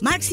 [SPEAKER 1] Marx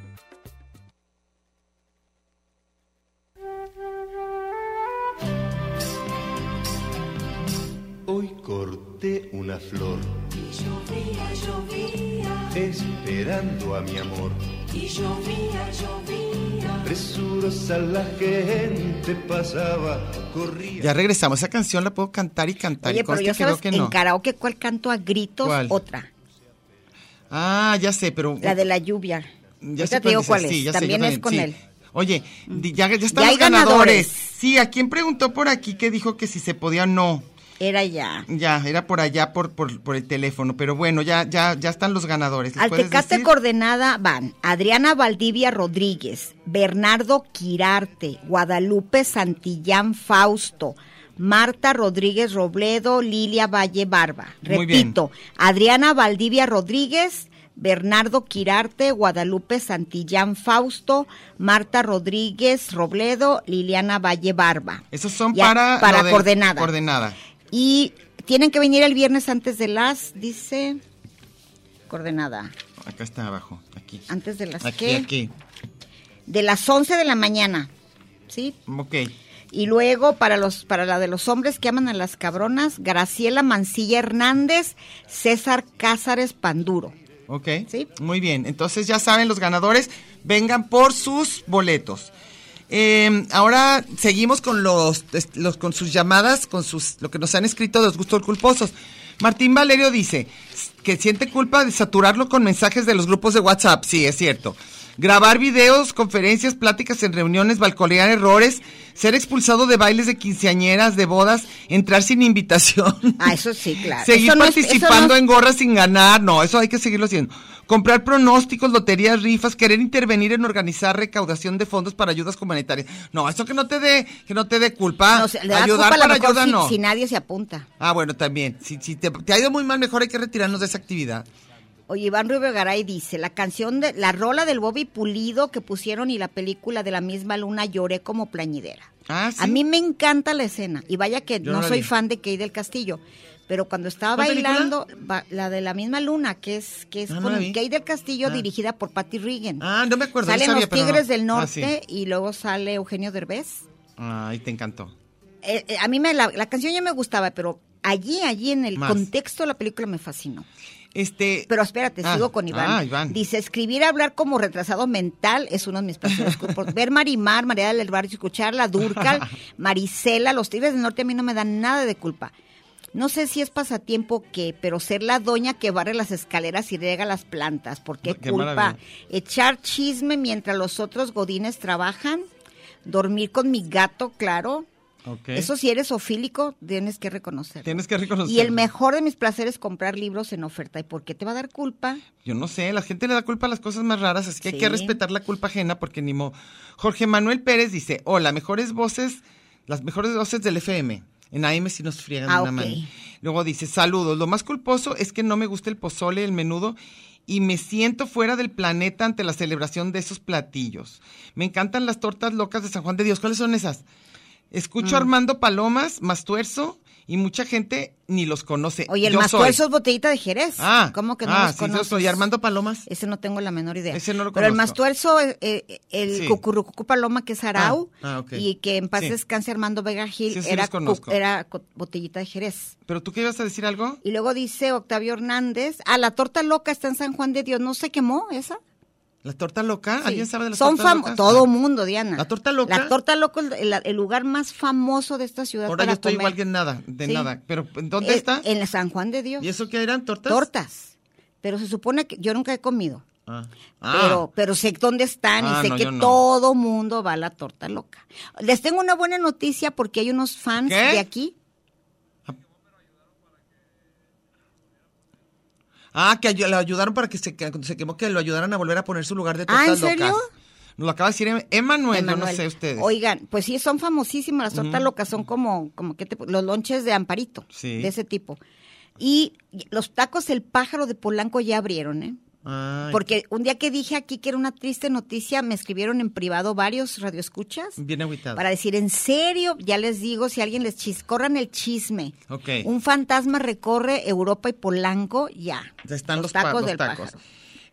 [SPEAKER 7] Hoy corté una flor. Esperando a mi amor. Presurosa la gente pasaba, corría.
[SPEAKER 3] Ya regresamos. Esa canción la puedo cantar y cantar. y
[SPEAKER 1] Oye, pero
[SPEAKER 3] conste
[SPEAKER 1] yo
[SPEAKER 3] que no,
[SPEAKER 1] sabes
[SPEAKER 3] que
[SPEAKER 1] en
[SPEAKER 3] no.
[SPEAKER 1] karaoke cuál canto a gritos,
[SPEAKER 3] ¿Cuál?
[SPEAKER 1] otra,
[SPEAKER 3] Ah, ya sé, pero.
[SPEAKER 1] la de la lluvia.
[SPEAKER 3] Ya
[SPEAKER 1] Ahorita
[SPEAKER 3] sé
[SPEAKER 1] te digo
[SPEAKER 3] dices,
[SPEAKER 1] cuál es.
[SPEAKER 3] sí, ya sé,
[SPEAKER 1] también
[SPEAKER 3] yo
[SPEAKER 1] es con
[SPEAKER 3] sí.
[SPEAKER 1] él.
[SPEAKER 3] Oye, di- ya, ya están
[SPEAKER 1] Ya hay
[SPEAKER 3] los ganadores.
[SPEAKER 1] ganadores.
[SPEAKER 3] Sí, a quien preguntó por aquí que dijo que si se podía o no.
[SPEAKER 1] Era ya.
[SPEAKER 3] Ya, era por allá por, por, por el teléfono, pero bueno, ya, ya, ya están los ganadores. ¿Les
[SPEAKER 1] Al
[SPEAKER 3] puedes
[SPEAKER 1] Tecate
[SPEAKER 3] decir?
[SPEAKER 1] Coordenada van Adriana Valdivia Rodríguez, Bernardo Quirarte, Guadalupe Santillán Fausto, Marta Rodríguez Robledo, Lilia Valle Barba.
[SPEAKER 3] Muy bien.
[SPEAKER 1] Repito, Adriana Valdivia Rodríguez, Bernardo Quirarte, Guadalupe Santillán Fausto, Marta Rodríguez Robledo, Liliana Valle Barba.
[SPEAKER 3] Esos son
[SPEAKER 1] Ya,
[SPEAKER 3] para
[SPEAKER 1] para
[SPEAKER 3] lo de
[SPEAKER 1] coordenada.
[SPEAKER 3] Coordenada.
[SPEAKER 1] Y tienen que venir el viernes antes de las, dice, coordenada.
[SPEAKER 3] Acá está abajo, aquí.
[SPEAKER 1] Antes de las
[SPEAKER 3] Aquí,
[SPEAKER 1] que
[SPEAKER 3] aquí.
[SPEAKER 1] de las 11 de la mañana. ¿Sí?
[SPEAKER 3] Ok.
[SPEAKER 1] Y luego para los para la de los hombres que aman a las cabronas, Graciela Mancilla Hernández, César Cázares Panduro.
[SPEAKER 3] Ok.
[SPEAKER 1] Sí.
[SPEAKER 3] Muy bien. Entonces ya saben, los ganadores vengan por sus boletos. Eh, ahora seguimos con los, est- los- con sus llamadas, con sus lo que nos han escrito de los gustos culposos. Martín Valerio dice s- que siente culpa de saturarlo con mensajes de los grupos de WhatsApp. Sí, es cierto. Grabar videos, conferencias, pláticas en reuniones, balconear errores, ser expulsado de bailes de quinceañeras, de bodas, entrar sin invitación.
[SPEAKER 1] Ah, eso sí, claro.
[SPEAKER 3] Seguir
[SPEAKER 1] Eso no es- eso
[SPEAKER 3] participando
[SPEAKER 1] no es-
[SPEAKER 3] en gorras sin ganar, no, eso hay que seguirlo haciendo. Comprar pronósticos, loterías, rifas, querer intervenir en organizar recaudación de fondos para ayudas comunitarias. No, eso que no te dé, que no te dé culpa.
[SPEAKER 1] No, se- le da
[SPEAKER 3] Ayudar
[SPEAKER 1] culpa a lo
[SPEAKER 3] para
[SPEAKER 1] mejor
[SPEAKER 3] ayuda
[SPEAKER 1] si,
[SPEAKER 3] no.
[SPEAKER 1] si nadie se apunta.
[SPEAKER 3] Ah, bueno, también. Si, si te, te ha ido muy mal, mejor hay que retirarnos de esa actividad.
[SPEAKER 1] Oye, Iván Rubio Garay dice, la canción de la rola del Bobby Pulido que pusieron y la película de la misma luna lloré como plañidera.
[SPEAKER 3] Ah, sí.
[SPEAKER 1] A mí me encanta la escena y vaya que
[SPEAKER 3] Yo
[SPEAKER 1] no
[SPEAKER 3] no la
[SPEAKER 1] soy
[SPEAKER 3] vi.
[SPEAKER 1] fan de Kay del Castillo, pero cuando estaba
[SPEAKER 3] ¿Cuál película?
[SPEAKER 1] bailando ba- la de la misma luna que es que es
[SPEAKER 3] Ah, no
[SPEAKER 1] con
[SPEAKER 3] la vi.
[SPEAKER 1] Kay del Castillo
[SPEAKER 3] Ah.
[SPEAKER 1] dirigida por Patty Regan.
[SPEAKER 3] Ah, no me acuerdo. no
[SPEAKER 1] Salen
[SPEAKER 3] sabía,
[SPEAKER 1] los
[SPEAKER 3] pero no.
[SPEAKER 1] Tigres del
[SPEAKER 3] Ah, sí.
[SPEAKER 1] Norte y luego sale Eugenio Derbez.
[SPEAKER 3] Ay, te encantó.
[SPEAKER 1] Eh, eh, a mí me la, la canción ya me gustaba, pero allí allí en el
[SPEAKER 3] Más.
[SPEAKER 1] contexto de la película me fascinó.
[SPEAKER 3] Este.
[SPEAKER 1] Pero espérate,
[SPEAKER 3] Ah,
[SPEAKER 1] sigo con Iván.
[SPEAKER 3] ah, Iván.
[SPEAKER 1] Dice, escribir y hablar como retrasado mental es uno de mis placeres. culpos. Ver Marimar, María del Barrio, escucharla,
[SPEAKER 3] [laughs]
[SPEAKER 1] Durcal, Marisela, los Tigres del Norte a mí no me dan nada de culpa. No sé si es pasatiempo o qué, pero ser la doña que barre las escaleras y riega las plantas, ¿por qué,
[SPEAKER 3] Qué
[SPEAKER 1] culpa?
[SPEAKER 3] maravilla.
[SPEAKER 1] Echar chisme mientras los otros godines trabajan, dormir con mi gato, claro.
[SPEAKER 3] Ok.
[SPEAKER 1] Eso si eres ofílico, tienes que reconocerlo.
[SPEAKER 3] Tienes que reconocer.
[SPEAKER 1] Y el mejor de mis placeres es comprar libros en oferta. ¿Y por qué te va a dar culpa?
[SPEAKER 3] Yo no sé, la gente le da culpa a las cosas más raras, así que hay
[SPEAKER 1] Sí.
[SPEAKER 3] que respetar la culpa ajena porque ni mo. Jorge Manuel Pérez dice, hola, mejores voces, las mejores voces del FM. En AM si nos friegan
[SPEAKER 1] Ah,
[SPEAKER 3] una
[SPEAKER 1] ok.
[SPEAKER 3] mano. Luego dice, saludos, lo más culposo es que no me gusta el pozole, el menudo, y me siento fuera del planeta ante la celebración de esos platillos. Me encantan las tortas locas de San Juan de Dios. ¿Cuáles son esas? Escucho a
[SPEAKER 1] Mm.
[SPEAKER 3] Armando Palomas, Mastuerzo, y mucha gente ni los conoce.
[SPEAKER 1] Oye, el
[SPEAKER 3] Eh, Yo
[SPEAKER 1] más
[SPEAKER 3] soy.
[SPEAKER 1] tuerzo es botellita de Jerez.
[SPEAKER 3] Ah,
[SPEAKER 1] ¿Cómo que no
[SPEAKER 3] ah,
[SPEAKER 1] los
[SPEAKER 3] sí, yo
[SPEAKER 1] conoces?
[SPEAKER 3] soy Armando Palomas.
[SPEAKER 1] Ese no tengo la menor idea.
[SPEAKER 3] Ese no lo
[SPEAKER 1] Pero el
[SPEAKER 3] conozco.
[SPEAKER 1] más tuerzo, eh, eh, el
[SPEAKER 3] Sí.
[SPEAKER 1] cucurrucucu paloma que es Arau,
[SPEAKER 3] Ah, ah, ok.
[SPEAKER 1] y que en paz
[SPEAKER 3] Sí.
[SPEAKER 1] descanse Armando Vega Gil,
[SPEAKER 3] Sí, sí
[SPEAKER 1] era,
[SPEAKER 3] los conozco.
[SPEAKER 1] cu- era co- botellita de Jerez.
[SPEAKER 3] ¿Pero tú qué ibas a decir algo?
[SPEAKER 1] Y luego dice Octavio Hernández, ah, la torta loca está en San Juan de Dios, ¿no se quemó esa?
[SPEAKER 3] ¿La torta loca?
[SPEAKER 1] Sí.
[SPEAKER 3] ¿Alguien sabe de la
[SPEAKER 1] Son
[SPEAKER 3] torta
[SPEAKER 1] fam-
[SPEAKER 3] loca?
[SPEAKER 1] Todo mundo, Diana.
[SPEAKER 3] ¿La torta loca?
[SPEAKER 1] La torta loca es el, el lugar más famoso de esta ciudad
[SPEAKER 3] Ahora
[SPEAKER 1] para
[SPEAKER 3] yo estoy
[SPEAKER 1] comer.
[SPEAKER 3] igual que en nada, de
[SPEAKER 1] Sí.
[SPEAKER 3] nada. Pero ¿dónde
[SPEAKER 1] Eh,
[SPEAKER 3] está?
[SPEAKER 1] En San Juan de Dios.
[SPEAKER 3] ¿Y eso qué eran? ¿Tortas?
[SPEAKER 1] Tortas. Pero se supone que yo nunca he comido.
[SPEAKER 3] Ah.
[SPEAKER 1] Pero, pero sé dónde están
[SPEAKER 3] Ah,
[SPEAKER 1] y sé
[SPEAKER 3] no,
[SPEAKER 1] que
[SPEAKER 3] yo no.
[SPEAKER 1] todo mundo va a la torta loca. Les tengo una buena noticia porque hay unos fans
[SPEAKER 3] ¿Qué?
[SPEAKER 1] de aquí.
[SPEAKER 3] Ah, que ay- lo ayudaron para que se, que se quemó, que lo ayudaran a volver a poner su lugar de tortas
[SPEAKER 1] Ah, ¿en serio?
[SPEAKER 3] locas. Nos lo acaba de decir Em- Emanuel, yo no
[SPEAKER 1] Emanuel.
[SPEAKER 3] sé ustedes.
[SPEAKER 1] Oigan, pues sí, son famosísimas las tortas locas, son como, como que te- los lonches de amparito,
[SPEAKER 3] Sí.
[SPEAKER 1] de ese tipo. Y los tacos El Pájaro de Polanco ya abrieron, ¿eh?
[SPEAKER 3] Ay,
[SPEAKER 1] Porque un día que dije aquí que era una triste noticia, me escribieron en privado varios radioescuchas
[SPEAKER 3] bien agüitado.
[SPEAKER 1] para decir, en serio, ya les digo, si alguien les chiscorran el chisme.
[SPEAKER 3] Ok.
[SPEAKER 1] Un fantasma recorre Europa y Polanco, ya.
[SPEAKER 3] Ya están los, pa- los tacos.
[SPEAKER 1] pájaro.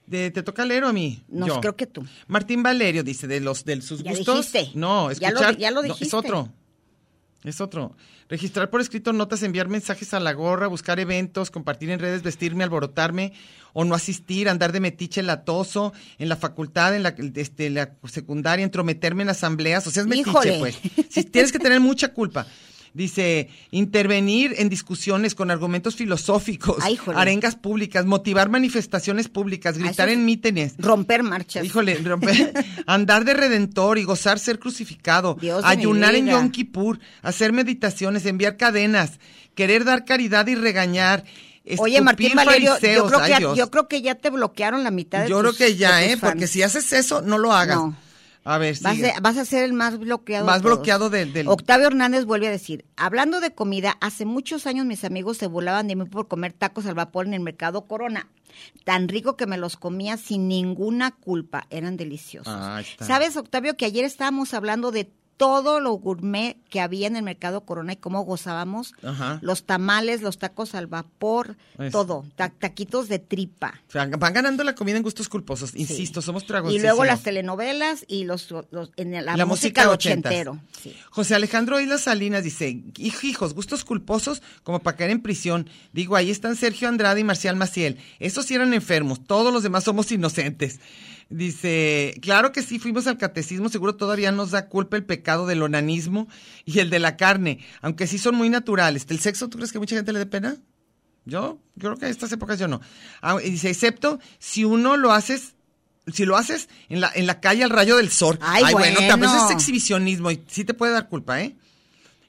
[SPEAKER 3] De- ¿Te toca leer o a mí?
[SPEAKER 1] No,
[SPEAKER 3] Yo.
[SPEAKER 1] creo que tú.
[SPEAKER 3] Martín Valerio dice, de los de sus
[SPEAKER 1] Ya
[SPEAKER 3] gustos.
[SPEAKER 1] dijiste.
[SPEAKER 3] No,
[SPEAKER 1] Ya
[SPEAKER 3] escuchar.
[SPEAKER 1] lo- ya lo
[SPEAKER 3] no, es
[SPEAKER 1] dijiste.
[SPEAKER 3] otro. Es otro. Registrar por escrito notas, enviar mensajes a la gorra, buscar eventos, compartir en redes, vestirme, alborotarme o no asistir, andar de metiche latoso en la facultad, en la, este, la secundaria, entrometerme en asambleas. O sea, es metiche,
[SPEAKER 1] Híjole.
[SPEAKER 3] pues. Sí, tienes que tener mucha culpa. Dice, intervenir en discusiones con argumentos filosóficos,
[SPEAKER 1] Ay, híjole. Ah,
[SPEAKER 3] arengas públicas, motivar manifestaciones públicas, gritar
[SPEAKER 1] eso es-
[SPEAKER 3] en mítines,
[SPEAKER 1] Romper marchas.
[SPEAKER 3] Híjole, romper-
[SPEAKER 1] [laughs]
[SPEAKER 3] andar de redentor y gozar ser crucificado,
[SPEAKER 1] Dios de mi
[SPEAKER 3] ayunar en
[SPEAKER 1] vida.
[SPEAKER 3] Yom Kippur, hacer meditaciones, enviar cadenas, querer dar caridad y regañar.
[SPEAKER 1] Oye,
[SPEAKER 3] escupir
[SPEAKER 1] Martín Valerio, yo
[SPEAKER 3] fariseos.
[SPEAKER 1] creo,
[SPEAKER 3] Ay,
[SPEAKER 1] que ya,
[SPEAKER 3] Dios.
[SPEAKER 1] yo creo que ya te bloquearon la mitad de
[SPEAKER 3] Yo
[SPEAKER 1] tus-
[SPEAKER 3] creo que ya,
[SPEAKER 1] de tus
[SPEAKER 3] ¿eh? Porque
[SPEAKER 1] fans.
[SPEAKER 3] si haces eso, no lo hagas.
[SPEAKER 1] No.
[SPEAKER 3] A ver,
[SPEAKER 1] Vas,
[SPEAKER 3] sigue.
[SPEAKER 1] a- vas a ser el más bloqueado. de
[SPEAKER 3] Pues, Más
[SPEAKER 1] todos.
[SPEAKER 3] bloqueado del- del-
[SPEAKER 1] Octavio Hernández vuelve a decir, hablando de comida, hace muchos años mis amigos se burlaban de mí por comer tacos al vapor en el mercado Corona. Tan rico que me los comía sin ninguna culpa. Eran deliciosos.
[SPEAKER 3] Ah, ahí está.
[SPEAKER 1] ¿Sabes, Octavio, que ayer estábamos hablando de todo lo gourmet que había en el mercado Corona y cómo gozábamos?
[SPEAKER 3] Ajá.
[SPEAKER 1] Los tamales, los tacos al vapor,
[SPEAKER 3] Es-
[SPEAKER 1] todo. Ta- taquitos de tripa.
[SPEAKER 3] O sea, Van ganando la comida en gustos culposos, insisto,
[SPEAKER 1] Sí.
[SPEAKER 3] somos
[SPEAKER 1] Y
[SPEAKER 3] dragoncísimos.
[SPEAKER 1] luego las telenovelas y los, los- en la,
[SPEAKER 3] La música
[SPEAKER 1] música,
[SPEAKER 3] de
[SPEAKER 1] del
[SPEAKER 3] ochentas.
[SPEAKER 1] ochentero. Sí.
[SPEAKER 3] José Alejandro Islas Salinas dice, "Hij- hijos, gustos culposos como para caer en prisión. Digo, ahí están Sergio Andrade y Marcial Maciel. Esos sí eran enfermos, todos los demás somos inocentes. Dice, claro que sí, fuimos al catecismo, seguro todavía nos da culpa el pecado del onanismo y el de la carne, aunque sí son muy naturales. ¿El sexo tú crees que mucha gente le dé pena? Yo creo que en estas épocas yo no. Ah, y dice, excepto si uno lo haces, si lo haces en la, en la calle al rayo del sol.
[SPEAKER 1] Ay,
[SPEAKER 3] también
[SPEAKER 1] bueno.
[SPEAKER 3] es exhibicionismo y sí te puede dar culpa, ¿eh?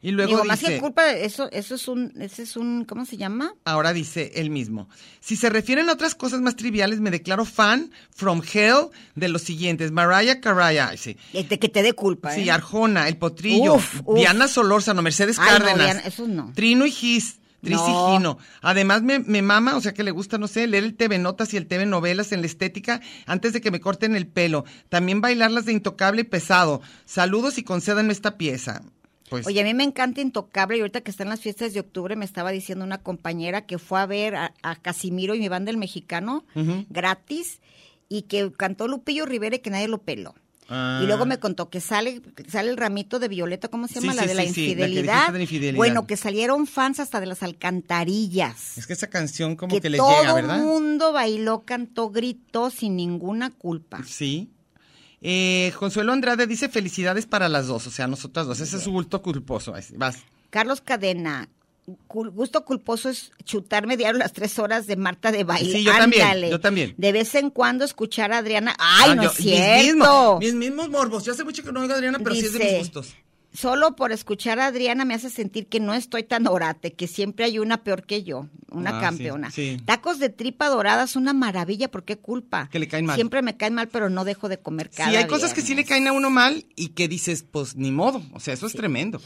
[SPEAKER 3] Y luego
[SPEAKER 1] Digo,
[SPEAKER 3] dice,
[SPEAKER 1] más que culpa, eso, eso es un, ese es un, ¿cómo se llama?
[SPEAKER 3] ahora dice él mismo, si se refieren a otras cosas más triviales, me declaro fan from hell de los siguientes, Mariah Carey, ay, sí,
[SPEAKER 1] Este, que te dé culpa,
[SPEAKER 3] sí,
[SPEAKER 1] ¿eh?
[SPEAKER 3] Arjona, El Potrillo,
[SPEAKER 1] Uf, uf.
[SPEAKER 3] Diana Solórzano, Mercedes
[SPEAKER 1] Ay, no,
[SPEAKER 3] Cárdenas,
[SPEAKER 1] Diana, esos no.
[SPEAKER 3] Trino y Gis, Tris
[SPEAKER 1] No.
[SPEAKER 3] y Gino. Además me, me mama, o sea que le gusta, no sé, leer el TV Notas y el TV Novelas en la estética antes de que me corten el pelo. También bailarlas de intocable y pesado. Saludos y concédanme esta pieza. Pues,
[SPEAKER 1] Oye, a mí me encanta Intocable y ahorita que están las fiestas de octubre me estaba diciendo una compañera que fue a ver a, a Casimiro y mi banda El Mexicano gratis y que cantó Lupillo Rivera y que nadie lo peló.
[SPEAKER 3] Ah.
[SPEAKER 1] Y luego me contó que sale sale el ramito de Violeta, ¿cómo se
[SPEAKER 3] Sí,
[SPEAKER 1] llama?
[SPEAKER 3] sí,
[SPEAKER 1] la de
[SPEAKER 3] sí,
[SPEAKER 1] la
[SPEAKER 3] sí, la que
[SPEAKER 1] infidelidad.
[SPEAKER 3] dijiste de la infidelidad.
[SPEAKER 1] Bueno, que salieron fans hasta de las alcantarillas.
[SPEAKER 3] es que esa canción como que, le
[SPEAKER 1] todo
[SPEAKER 3] llega, ¿verdad?
[SPEAKER 1] mundo bailó, cantó, gritó sin ninguna culpa.
[SPEAKER 3] Sí. Eh, Consuelo Andrade dice felicidades para las dos, o sea, nosotras dos. Ese es su bulto culposo. ahí sí, Vas.
[SPEAKER 1] Carlos Cadena, cul- gusto culposo es chutarme diario las tres horas de Marta de baile.
[SPEAKER 3] Sí, yo también,
[SPEAKER 1] Ándale.
[SPEAKER 3] yo también.
[SPEAKER 1] De vez en cuando escuchar a Adriana. ¡Ay,
[SPEAKER 3] Ah,
[SPEAKER 1] no
[SPEAKER 3] yo-
[SPEAKER 1] es
[SPEAKER 3] Mis
[SPEAKER 1] cierto!
[SPEAKER 3] mismos, mis mismos morbos. Yo hace mucho que no oigo a Adriana, pero sí es de
[SPEAKER 1] Dice,
[SPEAKER 3] mis gustos.
[SPEAKER 1] Solo por escuchar a Adriana me hace sentir que no estoy tan orate, que siempre hay una peor que yo, una
[SPEAKER 3] Ah, sí,
[SPEAKER 1] campeona.
[SPEAKER 3] sí.
[SPEAKER 1] Tacos de tripa dorada es una maravilla, ¿por qué culpa?
[SPEAKER 3] Que le caen mal.
[SPEAKER 1] Siempre me caen mal, pero no dejo de comer
[SPEAKER 3] Sí,
[SPEAKER 1] cada
[SPEAKER 3] hay cosas que sí le
[SPEAKER 1] viernes.
[SPEAKER 3] caen a uno mal y que dices, pues ni modo. O sea, eso es tremendo.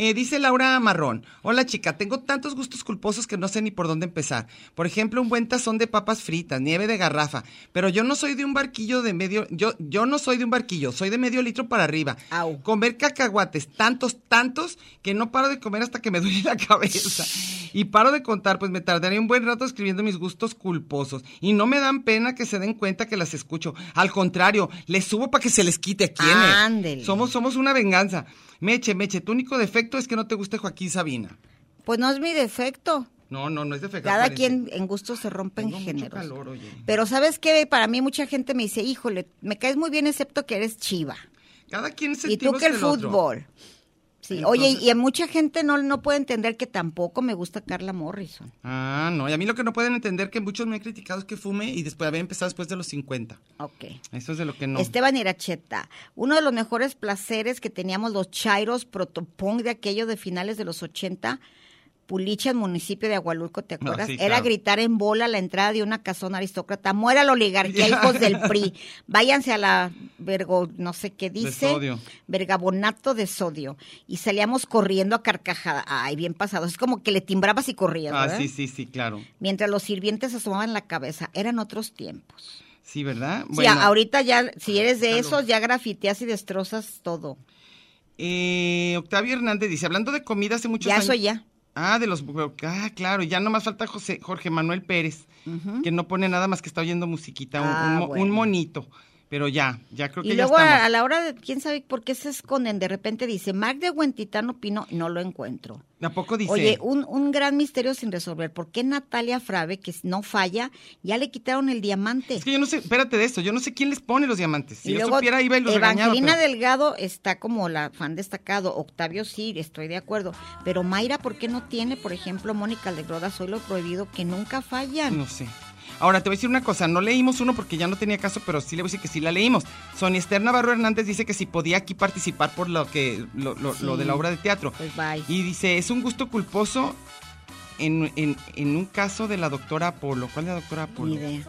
[SPEAKER 3] Eh, dice Laura Marrón, hola chica, tengo tantos gustos culposos que no sé ni por dónde empezar. Por ejemplo, un buen tazón de papas fritas, nieve de garrafa, pero yo no soy de un barquillo de medio, yo, yo no soy de un barquillo, soy de medio litro para arriba.
[SPEAKER 1] Au.
[SPEAKER 3] Comer cacahuates, tantos, tantos, que no paro de comer hasta que me [laughs] duele la cabeza. Y paro de contar, pues me tardaré un buen rato escribiendo mis gustos culposos. Y no me dan pena que se den cuenta que las escucho. Al contrario, les subo para que se les quite a quién.
[SPEAKER 1] Ándele.
[SPEAKER 3] Somos, somos una venganza. Meche, Meche, tu único defecto es que no te guste Joaquín Sabina.
[SPEAKER 1] Pues no es mi defecto.
[SPEAKER 3] No, no, no es de fecal.
[SPEAKER 1] Cada
[SPEAKER 3] cuarenta.
[SPEAKER 1] quien en gusto se rompen
[SPEAKER 3] Tengo mucho
[SPEAKER 1] géneros.
[SPEAKER 3] calor, oye.
[SPEAKER 1] Pero sabes qué, para mí mucha gente me dice, híjole, me caes muy bien excepto que eres chiva.
[SPEAKER 3] Cada quien se
[SPEAKER 1] Y tú que el fútbol. Sí, oye,
[SPEAKER 3] Entonces-
[SPEAKER 1] y a mucha gente no, no puede entender que tampoco me gusta Carla Morrison.
[SPEAKER 3] Ah, no. Y a mí lo que no pueden entender que muchos me han criticado es que fume y después había empezado después de los 50.
[SPEAKER 1] Ok.
[SPEAKER 3] Eso es de lo que no.
[SPEAKER 1] Esteban Iracheta, uno de los mejores placeres que teníamos los chairos protopong de aquello de finales de los 80, Pulicha, en municipio de Agualulco, ¿te acuerdas?
[SPEAKER 3] sí,
[SPEAKER 1] Era
[SPEAKER 3] claro.
[SPEAKER 1] gritar en bola a la entrada de una casona aristócrata. Muera la
[SPEAKER 3] [laughs]
[SPEAKER 1] oligarquía, hijos del PRI. Váyanse a la vergo, no sé qué dice.
[SPEAKER 3] sodio.
[SPEAKER 1] Vergabonato de sodio. Y salíamos corriendo a carcajada. Ay, bien pasado. Es como que le timbrabas y corrías,
[SPEAKER 3] Ah,
[SPEAKER 1] ¿verdad?
[SPEAKER 3] sí, sí, sí, claro.
[SPEAKER 1] Mientras los sirvientes asomaban la cabeza. Eran otros tiempos.
[SPEAKER 3] Sí, ¿verdad?
[SPEAKER 1] Sí, a- ahorita ya, si eres de esos, ya grafiteas y destrozas todo.
[SPEAKER 3] eh, Octavio Hernández dice, hablando de comida hace muchos
[SPEAKER 1] ya
[SPEAKER 3] años.
[SPEAKER 1] soy ya.
[SPEAKER 3] Ah, de los... Ah, claro, ya nomás falta José, Jorge Manuel Pérez, que no pone nada más que está oyendo musiquita, un,
[SPEAKER 1] Ah,
[SPEAKER 3] un mo- un
[SPEAKER 1] bueno.
[SPEAKER 3] monito. Pero ya, ya creo que
[SPEAKER 1] Y
[SPEAKER 3] ya
[SPEAKER 1] luego
[SPEAKER 3] estamos.
[SPEAKER 1] a, a la hora de, quién sabe por qué se esconden, de repente dice, Mac de Huentitano Pino, no lo encuentro.
[SPEAKER 3] ¿A poco dice?
[SPEAKER 1] Oye, un, un gran misterio sin resolver. ¿Por qué Natalia Frave, que no falla, ya le quitaron el diamante?
[SPEAKER 3] Es que yo no sé, espérate de esto, yo no sé quién les pone los diamantes. Si yo supiera, iba y los
[SPEAKER 1] Evangelina
[SPEAKER 3] regañaba. pero-
[SPEAKER 1] Delgado está como la fan destacado. Octavio sí, estoy de acuerdo. Pero Mayra, ¿por qué no tiene, por ejemplo, Mónica Lebrora, Soy lo prohibido, que nunca fallan?
[SPEAKER 3] No sé. Ahora, te voy a decir una cosa, no leímos uno porque ya no tenía caso, pero sí le voy a decir que sí la leímos. Sonia Esther Navarro Hernández dice que si podía aquí participar por lo que lo, lo- lo de la obra de teatro.
[SPEAKER 1] Pues bye.
[SPEAKER 3] Y dice, es un gusto culposo en, en- en un caso de la doctora Apolo. ¿Cuál es la doctora
[SPEAKER 1] Ni
[SPEAKER 3] Apolo?
[SPEAKER 1] idea.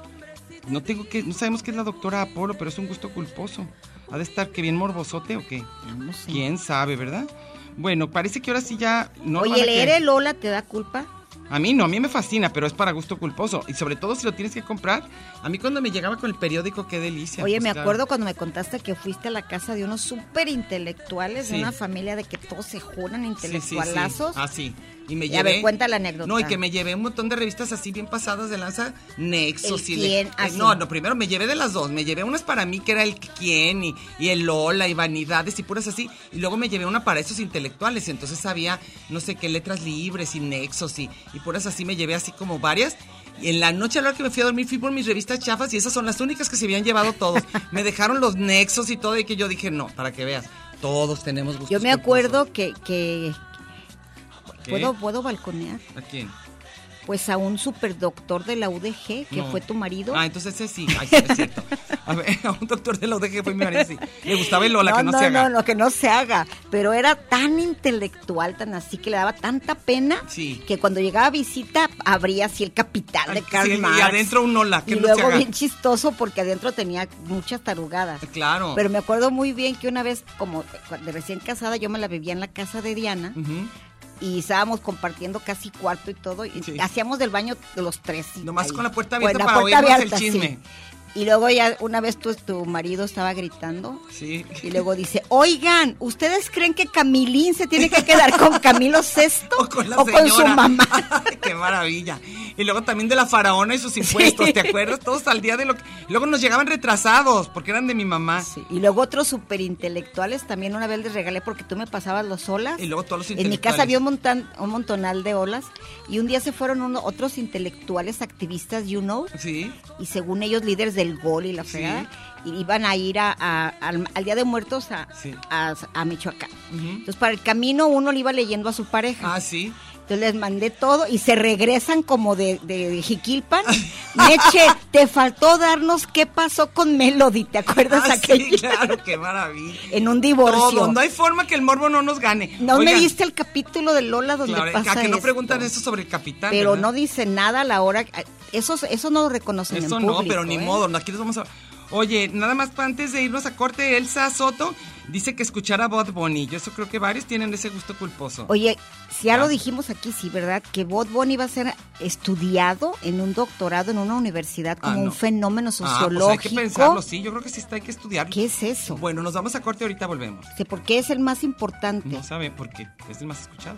[SPEAKER 3] No tengo que, no sabemos qué es la doctora Apolo, pero es un gusto culposo. ¿Ha de estar que bien morbosote o qué?
[SPEAKER 1] No sé.
[SPEAKER 3] ¿Quién sabe, verdad? Bueno, parece que ahora sí ya... No
[SPEAKER 1] Oye,
[SPEAKER 3] van a
[SPEAKER 1] leer
[SPEAKER 3] querer-
[SPEAKER 1] el Lola te da culpa.
[SPEAKER 3] a mí no, a mí me fascina, pero es para gusto culposo. Y sobre todo si lo tienes que comprar. A mí cuando me llegaba con el periódico, qué delicia.
[SPEAKER 1] Oye,
[SPEAKER 3] pues,
[SPEAKER 1] me
[SPEAKER 3] claro.
[SPEAKER 1] acuerdo cuando me contaste que fuiste a la casa de unos súper intelectuales, de
[SPEAKER 3] Sí.
[SPEAKER 1] una familia de que todos se juran
[SPEAKER 3] Sí, sí, sí.
[SPEAKER 1] intelectualazos.
[SPEAKER 3] Ah, sí. Y me
[SPEAKER 1] Y
[SPEAKER 3] llevé.
[SPEAKER 1] a ver, cuenta la anécdota.
[SPEAKER 3] No, y que me llevé un montón de revistas así bien pasadas de lanza, Nexos
[SPEAKER 1] El
[SPEAKER 3] y le-
[SPEAKER 1] quién,
[SPEAKER 3] eh,
[SPEAKER 1] así.
[SPEAKER 3] No, no, primero me llevé de las dos. Me llevé unas para mí que era el quién y, y el Lola y vanidades y puras así. Y luego me llevé una para esos intelectuales. Entonces había no sé qué letras libres y Nexos y, y puras así. Me llevé así como varias. Y en la noche a la hora que me fui a dormir fui por mis revistas chafas y esas son las únicas que se habían
[SPEAKER 1] [laughs]
[SPEAKER 3] llevado todos. me dejaron los Nexos y todo y que yo dije, no, para que veas. Todos tenemos gustos.
[SPEAKER 1] Yo me
[SPEAKER 3] culposos.
[SPEAKER 1] acuerdo que, que
[SPEAKER 3] ¿Qué?
[SPEAKER 1] puedo puedo balconear,
[SPEAKER 3] ¿A quién?
[SPEAKER 1] pues a un superdoctor de la UDG que
[SPEAKER 3] No.
[SPEAKER 1] fue tu marido.
[SPEAKER 3] Ah, entonces ese sí. Ay, sí, es cierto. A ver, [laughs] a un doctor de la UDG que fue mi marido, sí. Le gustaba el Lola, que no, se haga.
[SPEAKER 1] no, que no se haga. Pero era tan intelectual, tan así, que le daba tanta pena
[SPEAKER 3] Sí.
[SPEAKER 1] que cuando llegaba a visita abría así el capital de
[SPEAKER 3] Ay,
[SPEAKER 1] Karl
[SPEAKER 3] sí,
[SPEAKER 1] Marx.
[SPEAKER 3] Y adentro un Lola, que
[SPEAKER 1] y
[SPEAKER 3] no se
[SPEAKER 1] luego
[SPEAKER 3] haga.
[SPEAKER 1] bien chistoso porque adentro tenía muchas tarugadas.
[SPEAKER 3] Claro.
[SPEAKER 1] Pero me acuerdo muy bien que una vez, como de recién casada, yo me la bebía en la casa de Diana
[SPEAKER 3] Ujú.
[SPEAKER 1] y estábamos compartiendo casi cuarto y todo. Y
[SPEAKER 3] Sí.
[SPEAKER 1] hacíamos del baño los tres. y
[SPEAKER 3] Nomás
[SPEAKER 1] ahí.
[SPEAKER 3] con la puerta abierta
[SPEAKER 1] Con
[SPEAKER 3] para
[SPEAKER 1] puerta
[SPEAKER 3] oírnos el
[SPEAKER 1] abierta,
[SPEAKER 3] chisme.
[SPEAKER 1] sí. Y luego ya una vez tu, tu marido estaba gritando
[SPEAKER 3] Sí.
[SPEAKER 1] y luego dice, oigan, ¿ustedes creen que Camilín se tiene que quedar con Camilo Sexto
[SPEAKER 3] [laughs] O con la
[SPEAKER 1] o con su
[SPEAKER 3] señora.
[SPEAKER 1] mamá?
[SPEAKER 3] [laughs] Ay, qué maravilla. Y luego también de la faraona y sus impuestos, ¿te acuerdas? Todos al día de lo que... Luego nos llegaban retrasados porque eran de mi mamá.
[SPEAKER 1] Sí, Y luego otros superintelectuales también una vez les regalé porque tú me pasabas los olas.
[SPEAKER 3] Y luego todos los
[SPEAKER 1] En mi casa
[SPEAKER 3] intelectuales.
[SPEAKER 1] había un, montan- un montonal de olas y un día se fueron uno- otros intelectuales activistas, you know,
[SPEAKER 3] Sí.
[SPEAKER 1] y según ellos líderes del gol y la
[SPEAKER 3] Sí.
[SPEAKER 1] fregada, y iban a ir a, a- al, al Día de Muertos a,
[SPEAKER 3] Sí.
[SPEAKER 1] a- a Michoacán.
[SPEAKER 3] Ujú.
[SPEAKER 1] Entonces para el camino uno le iba leyendo a su pareja.
[SPEAKER 3] Ah, sí.
[SPEAKER 1] Entonces les mandé todo y se regresan como de, de, de
[SPEAKER 3] [laughs]
[SPEAKER 1] Jiquilpan. Meche, te faltó darnos qué pasó con Melody, ¿te [laughs] acuerdas
[SPEAKER 3] [laughs] Ah, sí,
[SPEAKER 1] aquello?
[SPEAKER 3] claro, qué maravilla.
[SPEAKER 1] En un divorcio.
[SPEAKER 3] Todo, no hay forma que el morbo no nos gane.
[SPEAKER 1] No me
[SPEAKER 3] Oigan,
[SPEAKER 1] diste el capítulo de Lola donde
[SPEAKER 3] claro,
[SPEAKER 1] pasa
[SPEAKER 3] a que no
[SPEAKER 1] esto.
[SPEAKER 3] preguntan eso sobre el capitán.
[SPEAKER 1] Pero
[SPEAKER 3] ¿verdad?
[SPEAKER 1] no dice nada a la hora. Eso, eso no lo reconocen en
[SPEAKER 3] Eso
[SPEAKER 1] público.
[SPEAKER 3] no, pero ni
[SPEAKER 1] ¿eh?
[SPEAKER 3] modo, no, aquí les vamos a... Oye, nada más pa- antes de irnos a corte, Elsa Soto dice que escuchar a Bot Bunny. Yo eso creo que varios tienen ese gusto culposo.
[SPEAKER 1] Oye, si ya
[SPEAKER 3] Ah.
[SPEAKER 1] lo dijimos aquí, sí, ¿verdad? Que Bot Bunny va a ser estudiado en un doctorado en una universidad como
[SPEAKER 3] Ah, no.
[SPEAKER 1] un fenómeno
[SPEAKER 3] Ah, pues
[SPEAKER 1] sociológico.
[SPEAKER 3] hay que pensarlo, sí, yo creo que sí está, hay que estudiarlo.
[SPEAKER 1] ¿Qué es eso?
[SPEAKER 3] Bueno, nos vamos a corte, ahorita volvemos.
[SPEAKER 1] O sea, ¿Por qué es el más importante?
[SPEAKER 3] No sabe por qué, es el más escuchado.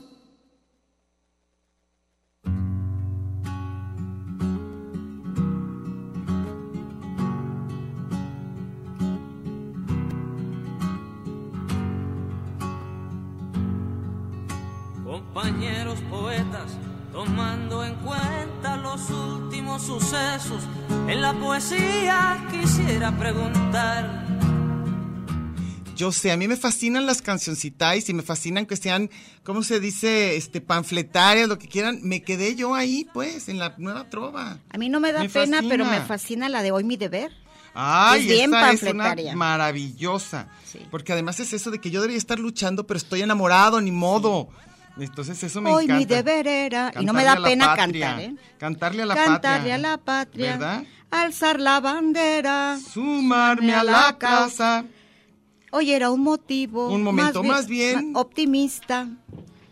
[SPEAKER 8] compañeros poetas, tomando en cuenta los últimos sucesos en la poesía, quisiera preguntar.
[SPEAKER 3] Yo sé, a mí me fascinan las cancioncitas y me fascinan que sean, ¿cómo se dice? Este, panfletarias, lo que quieran. Me quedé yo ahí, pues, en la nueva trova.
[SPEAKER 1] A mí no me da
[SPEAKER 3] Me
[SPEAKER 1] pena,
[SPEAKER 3] fascina.
[SPEAKER 1] pero me fascina la de hoy mi deber.
[SPEAKER 3] Ay,
[SPEAKER 1] Es bien
[SPEAKER 3] esa es una
[SPEAKER 1] panfletaria.
[SPEAKER 3] maravillosa.
[SPEAKER 1] Sí.
[SPEAKER 3] Porque además es eso de que yo debería estar luchando, pero estoy enamorado, ni modo. Entonces eso me
[SPEAKER 1] hoy
[SPEAKER 3] encanta.
[SPEAKER 1] mi deber era. Y no me da
[SPEAKER 3] Cantarle a la
[SPEAKER 1] pena
[SPEAKER 3] patria.
[SPEAKER 1] cantar, ¿eh?
[SPEAKER 3] Cantarle a la
[SPEAKER 1] Cantarle
[SPEAKER 3] patria.
[SPEAKER 1] a la patria.
[SPEAKER 3] ¿Verdad?
[SPEAKER 1] Alzar la bandera.
[SPEAKER 3] Sumarme a la casa.
[SPEAKER 1] Hoy era un motivo.
[SPEAKER 3] Un momento, más bien-
[SPEAKER 1] ma- Optimista.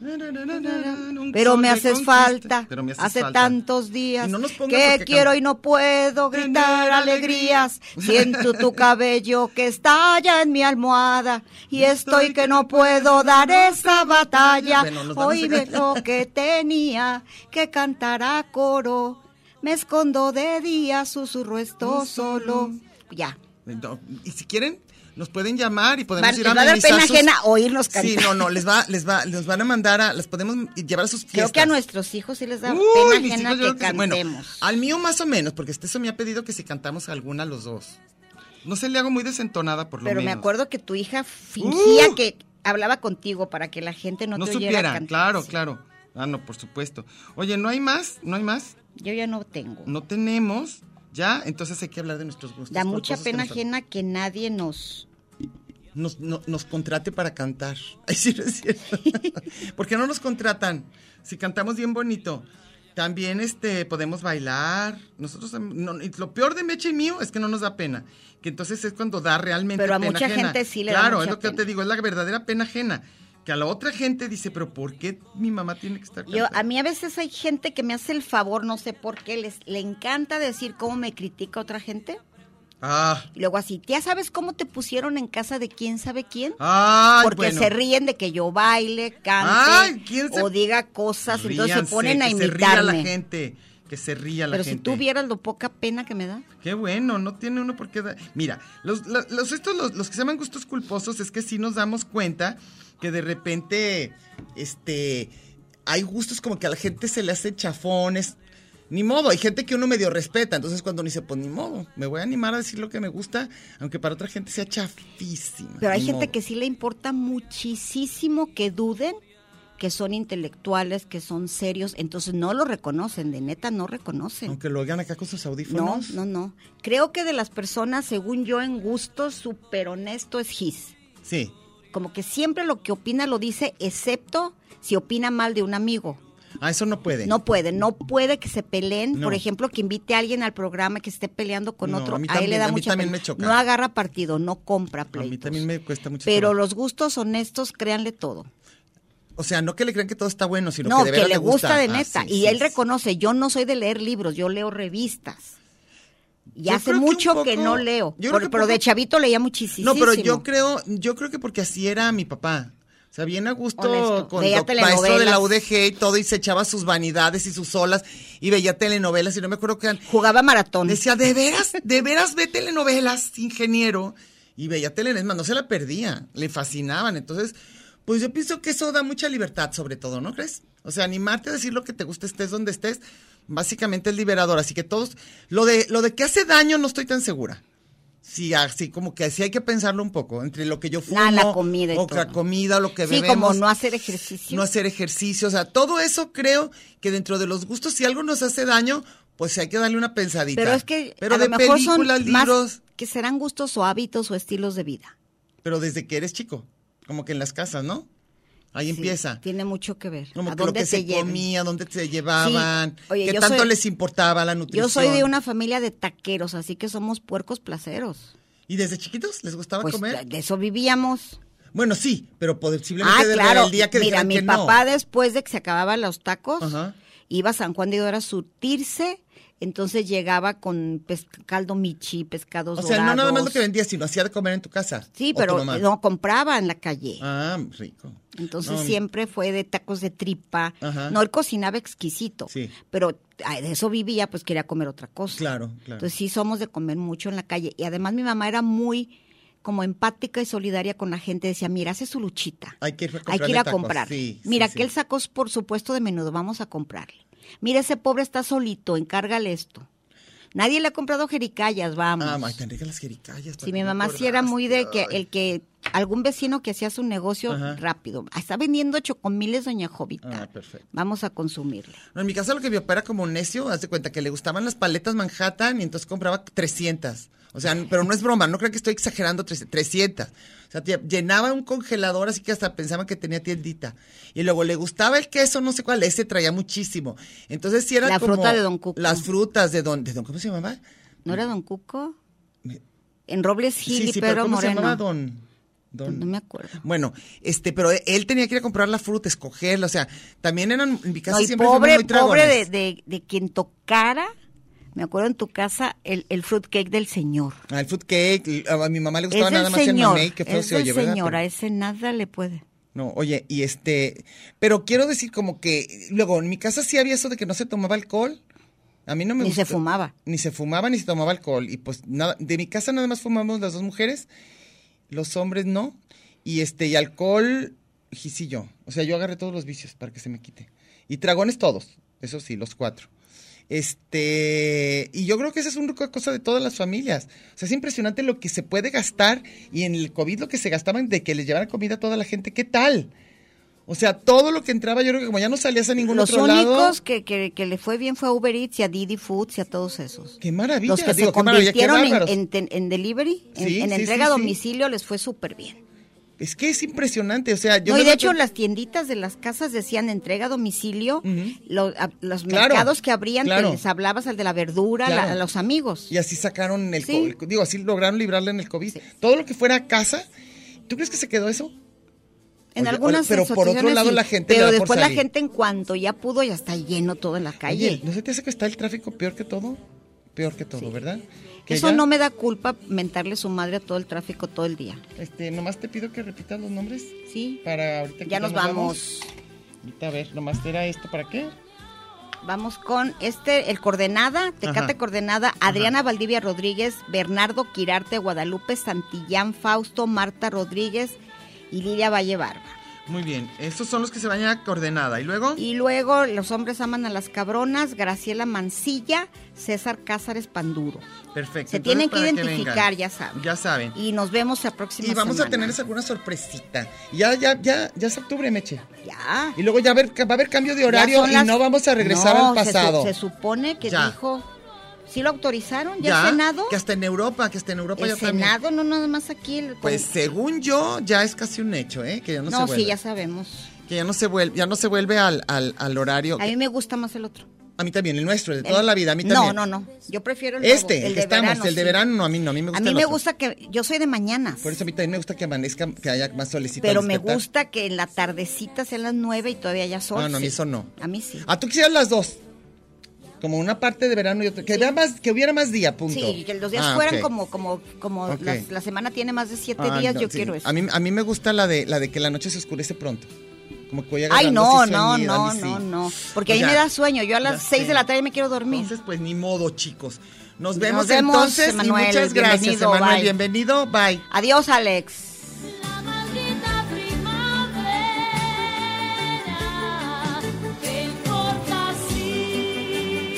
[SPEAKER 3] Un
[SPEAKER 1] Pero
[SPEAKER 3] sol
[SPEAKER 1] me
[SPEAKER 3] de
[SPEAKER 1] haces
[SPEAKER 3] conquista.
[SPEAKER 1] falta.
[SPEAKER 3] Pero me haces
[SPEAKER 1] Hace
[SPEAKER 3] falta.
[SPEAKER 1] tantos días
[SPEAKER 3] Y no nos pongas
[SPEAKER 1] que
[SPEAKER 3] porque
[SPEAKER 1] quiero
[SPEAKER 3] canta.
[SPEAKER 1] y no puedo
[SPEAKER 3] Tener
[SPEAKER 1] gritar
[SPEAKER 3] alegría.
[SPEAKER 1] alegrías. Siento tu cabello que estalla en mi almohada y estoy que no puedo dar esa batalla.
[SPEAKER 3] Bueno, nos vamos a
[SPEAKER 1] Hoy ve
[SPEAKER 3] cantar.
[SPEAKER 1] lo que tenía que cantar a coro. Me escondo de día, susurro esto
[SPEAKER 3] Un solo.
[SPEAKER 1] solo. Ya.
[SPEAKER 3] No, y si quieren, nos pueden llamar y podemos
[SPEAKER 1] Van-
[SPEAKER 3] ir
[SPEAKER 1] les
[SPEAKER 3] a
[SPEAKER 1] va a dar
[SPEAKER 3] amenizar
[SPEAKER 1] pena
[SPEAKER 3] sus-
[SPEAKER 1] ajena oírnos
[SPEAKER 3] Sí,
[SPEAKER 1] cantar.
[SPEAKER 3] no, no, les va, les va, les van a mandar a, las podemos llevar a sus
[SPEAKER 1] Creo
[SPEAKER 3] fiestas.
[SPEAKER 1] que a nuestros hijos sí les da
[SPEAKER 3] Uy, mis
[SPEAKER 1] pena ajena
[SPEAKER 3] hijos, yo creo
[SPEAKER 1] que
[SPEAKER 3] sí. Bueno,
[SPEAKER 1] cantemos.
[SPEAKER 3] al mío más o menos, porque este eso me ha pedido que si cantamos alguna los dos. No se le hago muy desentonada por lo
[SPEAKER 1] Pero
[SPEAKER 3] menos.
[SPEAKER 1] me acuerdo que tu hija fingía
[SPEAKER 3] Uh.
[SPEAKER 1] que hablaba contigo para que la gente no,
[SPEAKER 3] no
[SPEAKER 1] te oyera
[SPEAKER 3] supiera,
[SPEAKER 1] cantar.
[SPEAKER 3] claro,
[SPEAKER 1] Sí.
[SPEAKER 3] claro. Ah, no, por supuesto. Oye, ¿no hay más? ¿No hay más?
[SPEAKER 1] Yo ya no tengo.
[SPEAKER 3] No tenemos. Ya, entonces hay que hablar de nuestros gustos.
[SPEAKER 1] da
[SPEAKER 3] por
[SPEAKER 1] mucha
[SPEAKER 3] cosas que
[SPEAKER 1] pena
[SPEAKER 3] nos-
[SPEAKER 1] ajena que nadie nos...
[SPEAKER 3] Nos, no- nos contrate para cantar. [laughs] Ay, sí, no
[SPEAKER 1] [laughs]
[SPEAKER 3] es cierto. ¿Por qué no nos contratan? Si cantamos bien bonito. También este, podemos bailar. Nosotros am- no- y lo peor de Meche y mío es que no nos da pena. Que entonces es cuando da realmente
[SPEAKER 1] Pero a
[SPEAKER 3] pena
[SPEAKER 1] mucha
[SPEAKER 3] ajena.
[SPEAKER 1] gente sí le da
[SPEAKER 3] claro, es
[SPEAKER 1] mucha
[SPEAKER 3] lo que yo te
[SPEAKER 1] pena.
[SPEAKER 3] digo, es la verdadera pena ajena. Que a la otra gente dice, pero ¿por qué mi mamá tiene que estar
[SPEAKER 1] Yo, a
[SPEAKER 3] cantando?
[SPEAKER 1] mí a veces hay gente que me hace el favor, no sé por qué, les le encanta decir cómo me critica otra gente.
[SPEAKER 3] Ah,
[SPEAKER 1] Y luego así, ¿ya sabes cómo te pusieron en casa de quién sabe quién?
[SPEAKER 3] ay,
[SPEAKER 1] Porque
[SPEAKER 3] bueno.
[SPEAKER 1] se ríen de que yo baile, cante
[SPEAKER 3] Ay, ¿quién se-
[SPEAKER 1] o diga cosas, entonces se
[SPEAKER 3] Ríanse,
[SPEAKER 1] ponen a
[SPEAKER 3] que se ría
[SPEAKER 1] imitarme.
[SPEAKER 3] la gente. Que se ría la
[SPEAKER 1] Pero si
[SPEAKER 3] gente.
[SPEAKER 1] tú vieras lo poca pena que me da.
[SPEAKER 3] Qué bueno, no tiene uno por qué dar. Mira, los, la- los- estos, los, los que se llaman gustos culposos, es que sí nos damos cuenta que de repente, este, hay gustos como que a la gente se le hace chafones. Ni modo, hay gente que uno medio respeta, entonces cuando "Pues ni se pone ni modo, me voy a animar a decir lo que me gusta, aunque para otra gente sea chafísima.
[SPEAKER 1] Pero hay
[SPEAKER 3] ni
[SPEAKER 1] gente
[SPEAKER 3] modo.
[SPEAKER 1] que sí le importa muchísimo que duden que son intelectuales, que son serios, entonces no lo reconocen, de neta no reconocen.
[SPEAKER 3] Aunque lo hagan acá con sus
[SPEAKER 1] No,
[SPEAKER 3] audífonos.
[SPEAKER 1] no, no. Creo que de las personas, según yo, en gusto, súper honesto es Gis.
[SPEAKER 3] Sí.
[SPEAKER 1] Como que siempre lo que opina lo dice, excepto si opina mal de un amigo.
[SPEAKER 3] Ah, eso no puede.
[SPEAKER 1] No puede, no puede que se peleen.
[SPEAKER 3] No.
[SPEAKER 1] Por ejemplo, que invite a alguien al programa que esté peleando con
[SPEAKER 3] No,
[SPEAKER 1] otro.
[SPEAKER 3] a
[SPEAKER 1] él
[SPEAKER 3] mí
[SPEAKER 1] le
[SPEAKER 3] también-
[SPEAKER 1] da
[SPEAKER 3] a mí
[SPEAKER 1] mucha
[SPEAKER 3] también
[SPEAKER 1] pena.
[SPEAKER 3] me choca.
[SPEAKER 1] No agarra partido, no compra
[SPEAKER 3] A
[SPEAKER 1] pleitos.
[SPEAKER 3] mí también me cuesta mucho.
[SPEAKER 1] Pero
[SPEAKER 3] trabajo.
[SPEAKER 1] los gustos honestos, créanle todo.
[SPEAKER 3] O sea, no que le crean que todo está bueno, sino
[SPEAKER 1] No, que,
[SPEAKER 3] que de veras
[SPEAKER 1] le gusta de
[SPEAKER 3] Ah,
[SPEAKER 1] neta.
[SPEAKER 3] sí,
[SPEAKER 1] y
[SPEAKER 3] sí,
[SPEAKER 1] él
[SPEAKER 3] sí.
[SPEAKER 1] reconoce, yo no soy de leer libros, yo leo revistas. Y
[SPEAKER 3] Yo
[SPEAKER 1] hace
[SPEAKER 3] creo que un
[SPEAKER 1] mucho que,
[SPEAKER 3] poco-
[SPEAKER 1] no leo.
[SPEAKER 3] yo creo
[SPEAKER 1] Por-
[SPEAKER 3] que un
[SPEAKER 1] pero de
[SPEAKER 3] poco-
[SPEAKER 1] chavito leía muchísimo.
[SPEAKER 3] No, pero yo creo, yo creo que porque así era mi papá. O sea, bien a gusto
[SPEAKER 1] Honesto.
[SPEAKER 3] con
[SPEAKER 1] Veía
[SPEAKER 3] doc- maestro de
[SPEAKER 1] telenovelas.
[SPEAKER 3] la UDG y todo, y se echaba sus vanidades y sus olas, y veía telenovelas, y no me acuerdo que eran-
[SPEAKER 1] Jugaba maratón.
[SPEAKER 3] Decía, de veras, de veras ve telenovelas, ingeniero. Y veía telenovelas, más, no se la perdía, le fascinaban. Entonces, pues yo pienso que eso da mucha libertad, sobre todo, ¿no crees? O sea, animarte a decir lo que te guste, estés donde estés, básicamente es liberador. Así que todos, lo de, lo de que hace daño no estoy tan segura. Sí, así como que así hay que pensarlo un poco, entre lo que yo fumo,
[SPEAKER 1] Nah, Ah, la comida y
[SPEAKER 3] o la
[SPEAKER 1] todo.
[SPEAKER 3] comida, lo que
[SPEAKER 1] sí,
[SPEAKER 3] bebemos
[SPEAKER 1] como no hacer ejercicio.
[SPEAKER 3] no hacer ejercicio, o sea, todo eso creo que dentro de los gustos, si algo nos hace daño, pues hay que darle una pensadita.
[SPEAKER 1] pero es que
[SPEAKER 3] pero
[SPEAKER 1] a
[SPEAKER 3] de
[SPEAKER 1] lo mejor
[SPEAKER 3] películas,
[SPEAKER 1] son
[SPEAKER 3] libros,
[SPEAKER 1] más que serán gustos o hábitos o estilos de vida.
[SPEAKER 3] pero desde que eres chico, como que en las casas, ¿no? Ahí
[SPEAKER 1] Sí,
[SPEAKER 3] empieza.
[SPEAKER 1] Tiene mucho que ver. ¿A
[SPEAKER 3] Como que lo
[SPEAKER 1] dónde
[SPEAKER 3] que
[SPEAKER 1] te
[SPEAKER 3] se
[SPEAKER 1] lleven?
[SPEAKER 3] comía, dónde se llevaban,
[SPEAKER 1] Sí. Oye,
[SPEAKER 3] qué
[SPEAKER 1] yo
[SPEAKER 3] tanto
[SPEAKER 1] soy-
[SPEAKER 3] les importaba la nutrición.
[SPEAKER 1] Yo soy de una familia de taqueros, así que somos puercos placeros.
[SPEAKER 3] ¿Y desde chiquitos les gustaba
[SPEAKER 1] Pues
[SPEAKER 3] comer?
[SPEAKER 1] de de eso vivíamos.
[SPEAKER 3] Bueno, sí, pero posiblemente
[SPEAKER 1] Ah,
[SPEAKER 3] desde
[SPEAKER 1] claro.
[SPEAKER 3] el día que
[SPEAKER 1] Mira,
[SPEAKER 3] dijeran
[SPEAKER 1] mi
[SPEAKER 3] que no.
[SPEAKER 1] papá después de que se acababan los tacos,
[SPEAKER 3] Ajá.
[SPEAKER 1] iba a San Juan de Idora a surtirse, entonces llegaba con pes- caldo michi, pescados
[SPEAKER 3] O sea, no nada más lo que
[SPEAKER 1] dorados.
[SPEAKER 3] vendía, sino hacía de comer en tu casa.
[SPEAKER 1] Sí,
[SPEAKER 3] o tu
[SPEAKER 1] pero
[SPEAKER 3] mamá.
[SPEAKER 1] no compraba en la calle.
[SPEAKER 3] Ah, rico.
[SPEAKER 1] Entonces
[SPEAKER 3] No,
[SPEAKER 1] siempre fue de tacos de tripa.
[SPEAKER 3] Ajá.
[SPEAKER 1] No, él cocinaba exquisito,
[SPEAKER 3] Sí.
[SPEAKER 1] pero ay, de eso vivía, pues quería comer otra cosa.
[SPEAKER 3] Claro, claro.
[SPEAKER 1] Entonces sí somos de comer mucho en la calle. Y además mi mamá era muy como empática y solidaria con la gente. Decía, mira, hace su luchita.
[SPEAKER 3] Hay que ir a
[SPEAKER 1] Hay que
[SPEAKER 3] comprarle
[SPEAKER 1] ir a
[SPEAKER 3] tacos".
[SPEAKER 1] comprar.
[SPEAKER 3] Sí, sí,
[SPEAKER 1] mira,
[SPEAKER 3] sí.
[SPEAKER 1] aquel sacó, por supuesto, de menudo, vamos a comprarle. Mira, ese pobre está solito, encárgale esto. Nadie le ha comprado jericayas, vamos.
[SPEAKER 3] Ah, ay, tan ricas las jericayas.
[SPEAKER 1] Sí,
[SPEAKER 3] Pati,
[SPEAKER 1] mi
[SPEAKER 3] me
[SPEAKER 1] mamá sí era muy de que
[SPEAKER 3] acordaste, ay.
[SPEAKER 1] el que algún vecino que hacía su negocio
[SPEAKER 3] Ajá.
[SPEAKER 1] rápido. "Ah, Está vendiendo chocomiles, doña Jovita.
[SPEAKER 3] Ah, perfecto.
[SPEAKER 1] Vamos a consumirle.
[SPEAKER 3] No, en mi casa lo que mi papá era como necio, haz de cuenta que le gustaban las paletas Manhattan y entonces compraba 300. O sea, n- pero no es broma, no creo que estoy exagerando, tres- 300. O sea, tía, llenaba un congelador así que hasta pensaba que tenía tiendita. Y luego le gustaba el queso, no sé cuál, ese traía muchísimo. Entonces sí era
[SPEAKER 1] La
[SPEAKER 3] como...
[SPEAKER 1] fruta de Don Cuco.
[SPEAKER 3] Las frutas de Don... De don ¿Cómo se llamaba?
[SPEAKER 1] ¿No era don Cuco?
[SPEAKER 3] Me-
[SPEAKER 1] En Robles Gil y Pedro
[SPEAKER 3] ¿cómo se
[SPEAKER 1] Moreno.
[SPEAKER 3] llamaba Don? Don...
[SPEAKER 1] No me acuerdo.
[SPEAKER 3] Bueno, este, pero él tenía que ir a comprar la fruta, escogerla, o sea, también eran, en mi casa
[SPEAKER 1] No, y
[SPEAKER 3] siempre fuimos
[SPEAKER 1] pobre,
[SPEAKER 3] muy tragones.
[SPEAKER 1] pobre de, de- de quien tocara, me acuerdo en tu casa, el, el fruitcake del señor.
[SPEAKER 3] Al food cake, a mi mamá le
[SPEAKER 1] Es
[SPEAKER 3] gustaba
[SPEAKER 1] del
[SPEAKER 3] nada más el
[SPEAKER 1] señor,
[SPEAKER 3] mamey, que feo
[SPEAKER 1] es
[SPEAKER 3] se
[SPEAKER 1] del
[SPEAKER 3] oye, ¿verdad?
[SPEAKER 1] señor, a
[SPEAKER 3] Pero-
[SPEAKER 1] ese nada le puede.
[SPEAKER 3] no, oye, y este, pero quiero decir como que, luego, en mi casa sí había eso de que no se tomaba alcohol, a mí no me
[SPEAKER 1] Ni se
[SPEAKER 3] gusta-
[SPEAKER 1] fumaba.
[SPEAKER 3] Ni se fumaba, ni se tomaba alcohol, y pues nada, de mi casa nada más fumamos las dos mujeres, los hombres no, y este, y alcohol, y sí yo, o sea, yo agarré todos los vicios para que se me quite, y tragones todos, eso sí, los cuatro. Este, y yo creo que esa es una cosa de todas las familias. O sea, es impresionante lo que se puede gastar y en el COVID lo que se gastaban de que les llevaran comida a toda la gente. ¿Qué tal? O sea, todo lo que entraba, yo creo que como ya no salías a ningún
[SPEAKER 1] Los
[SPEAKER 3] otro
[SPEAKER 1] únicos
[SPEAKER 3] lado.
[SPEAKER 1] que, que- que le fue bien fue a Uber Eats y a Didi Foods y a todos esos.
[SPEAKER 3] Qué maravilla.
[SPEAKER 1] Los que
[SPEAKER 3] digo,
[SPEAKER 1] se
[SPEAKER 3] qué maravilla, qué
[SPEAKER 1] convirtieron en,
[SPEAKER 3] bárbaros.
[SPEAKER 1] en ten- en delivery, en,
[SPEAKER 3] Sí,
[SPEAKER 1] en
[SPEAKER 3] sí,
[SPEAKER 1] entrega
[SPEAKER 3] sí,
[SPEAKER 1] a
[SPEAKER 3] sí.
[SPEAKER 1] domicilio, les fue súper bien.
[SPEAKER 3] Es que es impresionante. O sea, yo.
[SPEAKER 1] No, y
[SPEAKER 3] luego
[SPEAKER 1] de hecho,
[SPEAKER 3] te-
[SPEAKER 1] las tienditas de las casas decían entrega a domicilio, lo- a- los
[SPEAKER 3] Claro,
[SPEAKER 1] mercados que abrían, te
[SPEAKER 3] claro.
[SPEAKER 1] les hablabas al de la verdura, la-
[SPEAKER 3] Claro.
[SPEAKER 1] a los amigos.
[SPEAKER 3] Y así sacaron el.
[SPEAKER 1] Sí.
[SPEAKER 3] co- Digo, así lograron librarle en el COVID. Todo lo que fuera a casa. ¿Tú crees que se quedó eso?
[SPEAKER 1] En
[SPEAKER 3] Oye,
[SPEAKER 1] algunas
[SPEAKER 3] pero por otro
[SPEAKER 1] asociaciones
[SPEAKER 3] lado
[SPEAKER 1] sí,
[SPEAKER 3] la gente le
[SPEAKER 1] Pero
[SPEAKER 3] da por
[SPEAKER 1] después la
[SPEAKER 3] salir.
[SPEAKER 1] gente, en cuanto ya pudo, ya está lleno todo en la calle.
[SPEAKER 3] Oye, ¿no se te hace que está el tráfico peor que todo? Peor que todo, ¿verdad? Que
[SPEAKER 1] Eso
[SPEAKER 3] ya-
[SPEAKER 1] no me da culpa mentarle su madre a todo el tráfico todo el día.
[SPEAKER 3] Este, nomás te pido que repitas los nombres
[SPEAKER 1] Sí,
[SPEAKER 3] para ahorita que
[SPEAKER 1] ya nos vamos.
[SPEAKER 3] Ahorita, a ver, nomás era esto para qué.
[SPEAKER 1] Vamos con este, el Coordenada, Tecate
[SPEAKER 3] Ajá.
[SPEAKER 1] Coordenada, Adriana Valdivia Rodríguez, Bernardo Quirarte, Guadalupe Santillán, Fausto, Marta Rodríguez y Lidia Valle Barba.
[SPEAKER 3] Muy bien, estos son los que se van a coordenada. ¿Y luego?
[SPEAKER 1] Y luego Los Hombres Aman a las Cabronas, Graciela Mancilla, César Cázares Panduro.
[SPEAKER 3] Perfecto.
[SPEAKER 1] se
[SPEAKER 3] entonces,
[SPEAKER 1] tienen que
[SPEAKER 3] para
[SPEAKER 1] identificar, ya
[SPEAKER 3] vengan.
[SPEAKER 1] saben.
[SPEAKER 3] Ya saben.
[SPEAKER 1] Y nos vemos la próxima
[SPEAKER 3] Y vamos a
[SPEAKER 1] semana.
[SPEAKER 3] tener alguna sorpresita. Ya, ya, ya, ya es octubre, Meche.
[SPEAKER 1] Ya.
[SPEAKER 3] Y luego ya va a haber, va a haber cambio de horario
[SPEAKER 1] Ya son las-
[SPEAKER 3] y no vamos a regresar
[SPEAKER 1] No,
[SPEAKER 3] al
[SPEAKER 1] se su-
[SPEAKER 3] pasado.
[SPEAKER 1] Se, supone que
[SPEAKER 3] Ya.
[SPEAKER 1] dijo. ¿Sí lo autorizaron? ¿Ya, el Senado?
[SPEAKER 3] Que hasta en Europa, que hasta en Europa
[SPEAKER 1] el
[SPEAKER 3] ya pues también.
[SPEAKER 1] Senado, no nada más aquí. El,
[SPEAKER 3] Pues según yo, ya es casi un hecho, ¿eh? Que ya no,
[SPEAKER 1] no,
[SPEAKER 3] se
[SPEAKER 1] sí,
[SPEAKER 3] vuelve.
[SPEAKER 1] ya sabemos.
[SPEAKER 3] Que ya no se vuelve, ya no se vuelve al, al, al horario.
[SPEAKER 1] A mí me gusta más el otro.
[SPEAKER 3] A mí también, el nuestro, el de
[SPEAKER 1] El-
[SPEAKER 3] toda la vida, a mí
[SPEAKER 1] no,
[SPEAKER 3] también.
[SPEAKER 1] No, no, Yo prefiero el nuevo,
[SPEAKER 3] Este, el,
[SPEAKER 1] el
[SPEAKER 3] que
[SPEAKER 1] de
[SPEAKER 3] estamos,
[SPEAKER 1] verano,
[SPEAKER 3] el de
[SPEAKER 1] sí.
[SPEAKER 3] verano, no, a mí no, a mí me gusta.
[SPEAKER 1] a mí
[SPEAKER 3] el
[SPEAKER 1] me
[SPEAKER 3] otro.
[SPEAKER 1] gusta que. Yo soy de mañanas.
[SPEAKER 3] Por eso a mí también me gusta que amanezca, que haya más solecito. al
[SPEAKER 1] pero me
[SPEAKER 3] despertar.
[SPEAKER 1] gusta que en la tardecita sean las nueve y todavía ya son.
[SPEAKER 3] Ah, no, a mí eso no.
[SPEAKER 1] A mí sí.
[SPEAKER 3] Ah, tú quisieras las dos. Como una parte de verano y otra. Que, hubiera más, que hubiera más día, punto.
[SPEAKER 1] Sí, que los días
[SPEAKER 3] Ah,
[SPEAKER 1] fueran
[SPEAKER 3] ok.
[SPEAKER 1] como, como, como
[SPEAKER 3] Ok.
[SPEAKER 1] las- la semana tiene más de siete
[SPEAKER 3] Ah,
[SPEAKER 1] días,
[SPEAKER 3] no,
[SPEAKER 1] yo
[SPEAKER 3] sí.
[SPEAKER 1] quiero eso.
[SPEAKER 3] A mí, a mí me gusta la de, la de que la noche se oscurece pronto. Como que voy
[SPEAKER 1] Ay,
[SPEAKER 3] agarrando
[SPEAKER 1] no,
[SPEAKER 3] así
[SPEAKER 1] no,
[SPEAKER 3] sueñito,
[SPEAKER 1] no,
[SPEAKER 3] a mí sí.
[SPEAKER 1] no, no. Porque
[SPEAKER 3] Pues
[SPEAKER 1] a mí me
[SPEAKER 3] ya.
[SPEAKER 1] da sueño. Yo a
[SPEAKER 3] Ya
[SPEAKER 1] las seis
[SPEAKER 3] sé.
[SPEAKER 1] de la tarde me quiero dormir.
[SPEAKER 3] Entonces, pues ni modo, chicos. Nos
[SPEAKER 1] Nos
[SPEAKER 3] vemos,
[SPEAKER 1] vemos,
[SPEAKER 3] entonces
[SPEAKER 1] Emanuel.
[SPEAKER 3] y muchas gracias,
[SPEAKER 1] Bienvenido,
[SPEAKER 3] Emanuel.
[SPEAKER 1] bye.
[SPEAKER 3] Bienvenido, bye.
[SPEAKER 1] Adiós, Alex.
[SPEAKER 9] La maldita primavera, ¿qué importa si?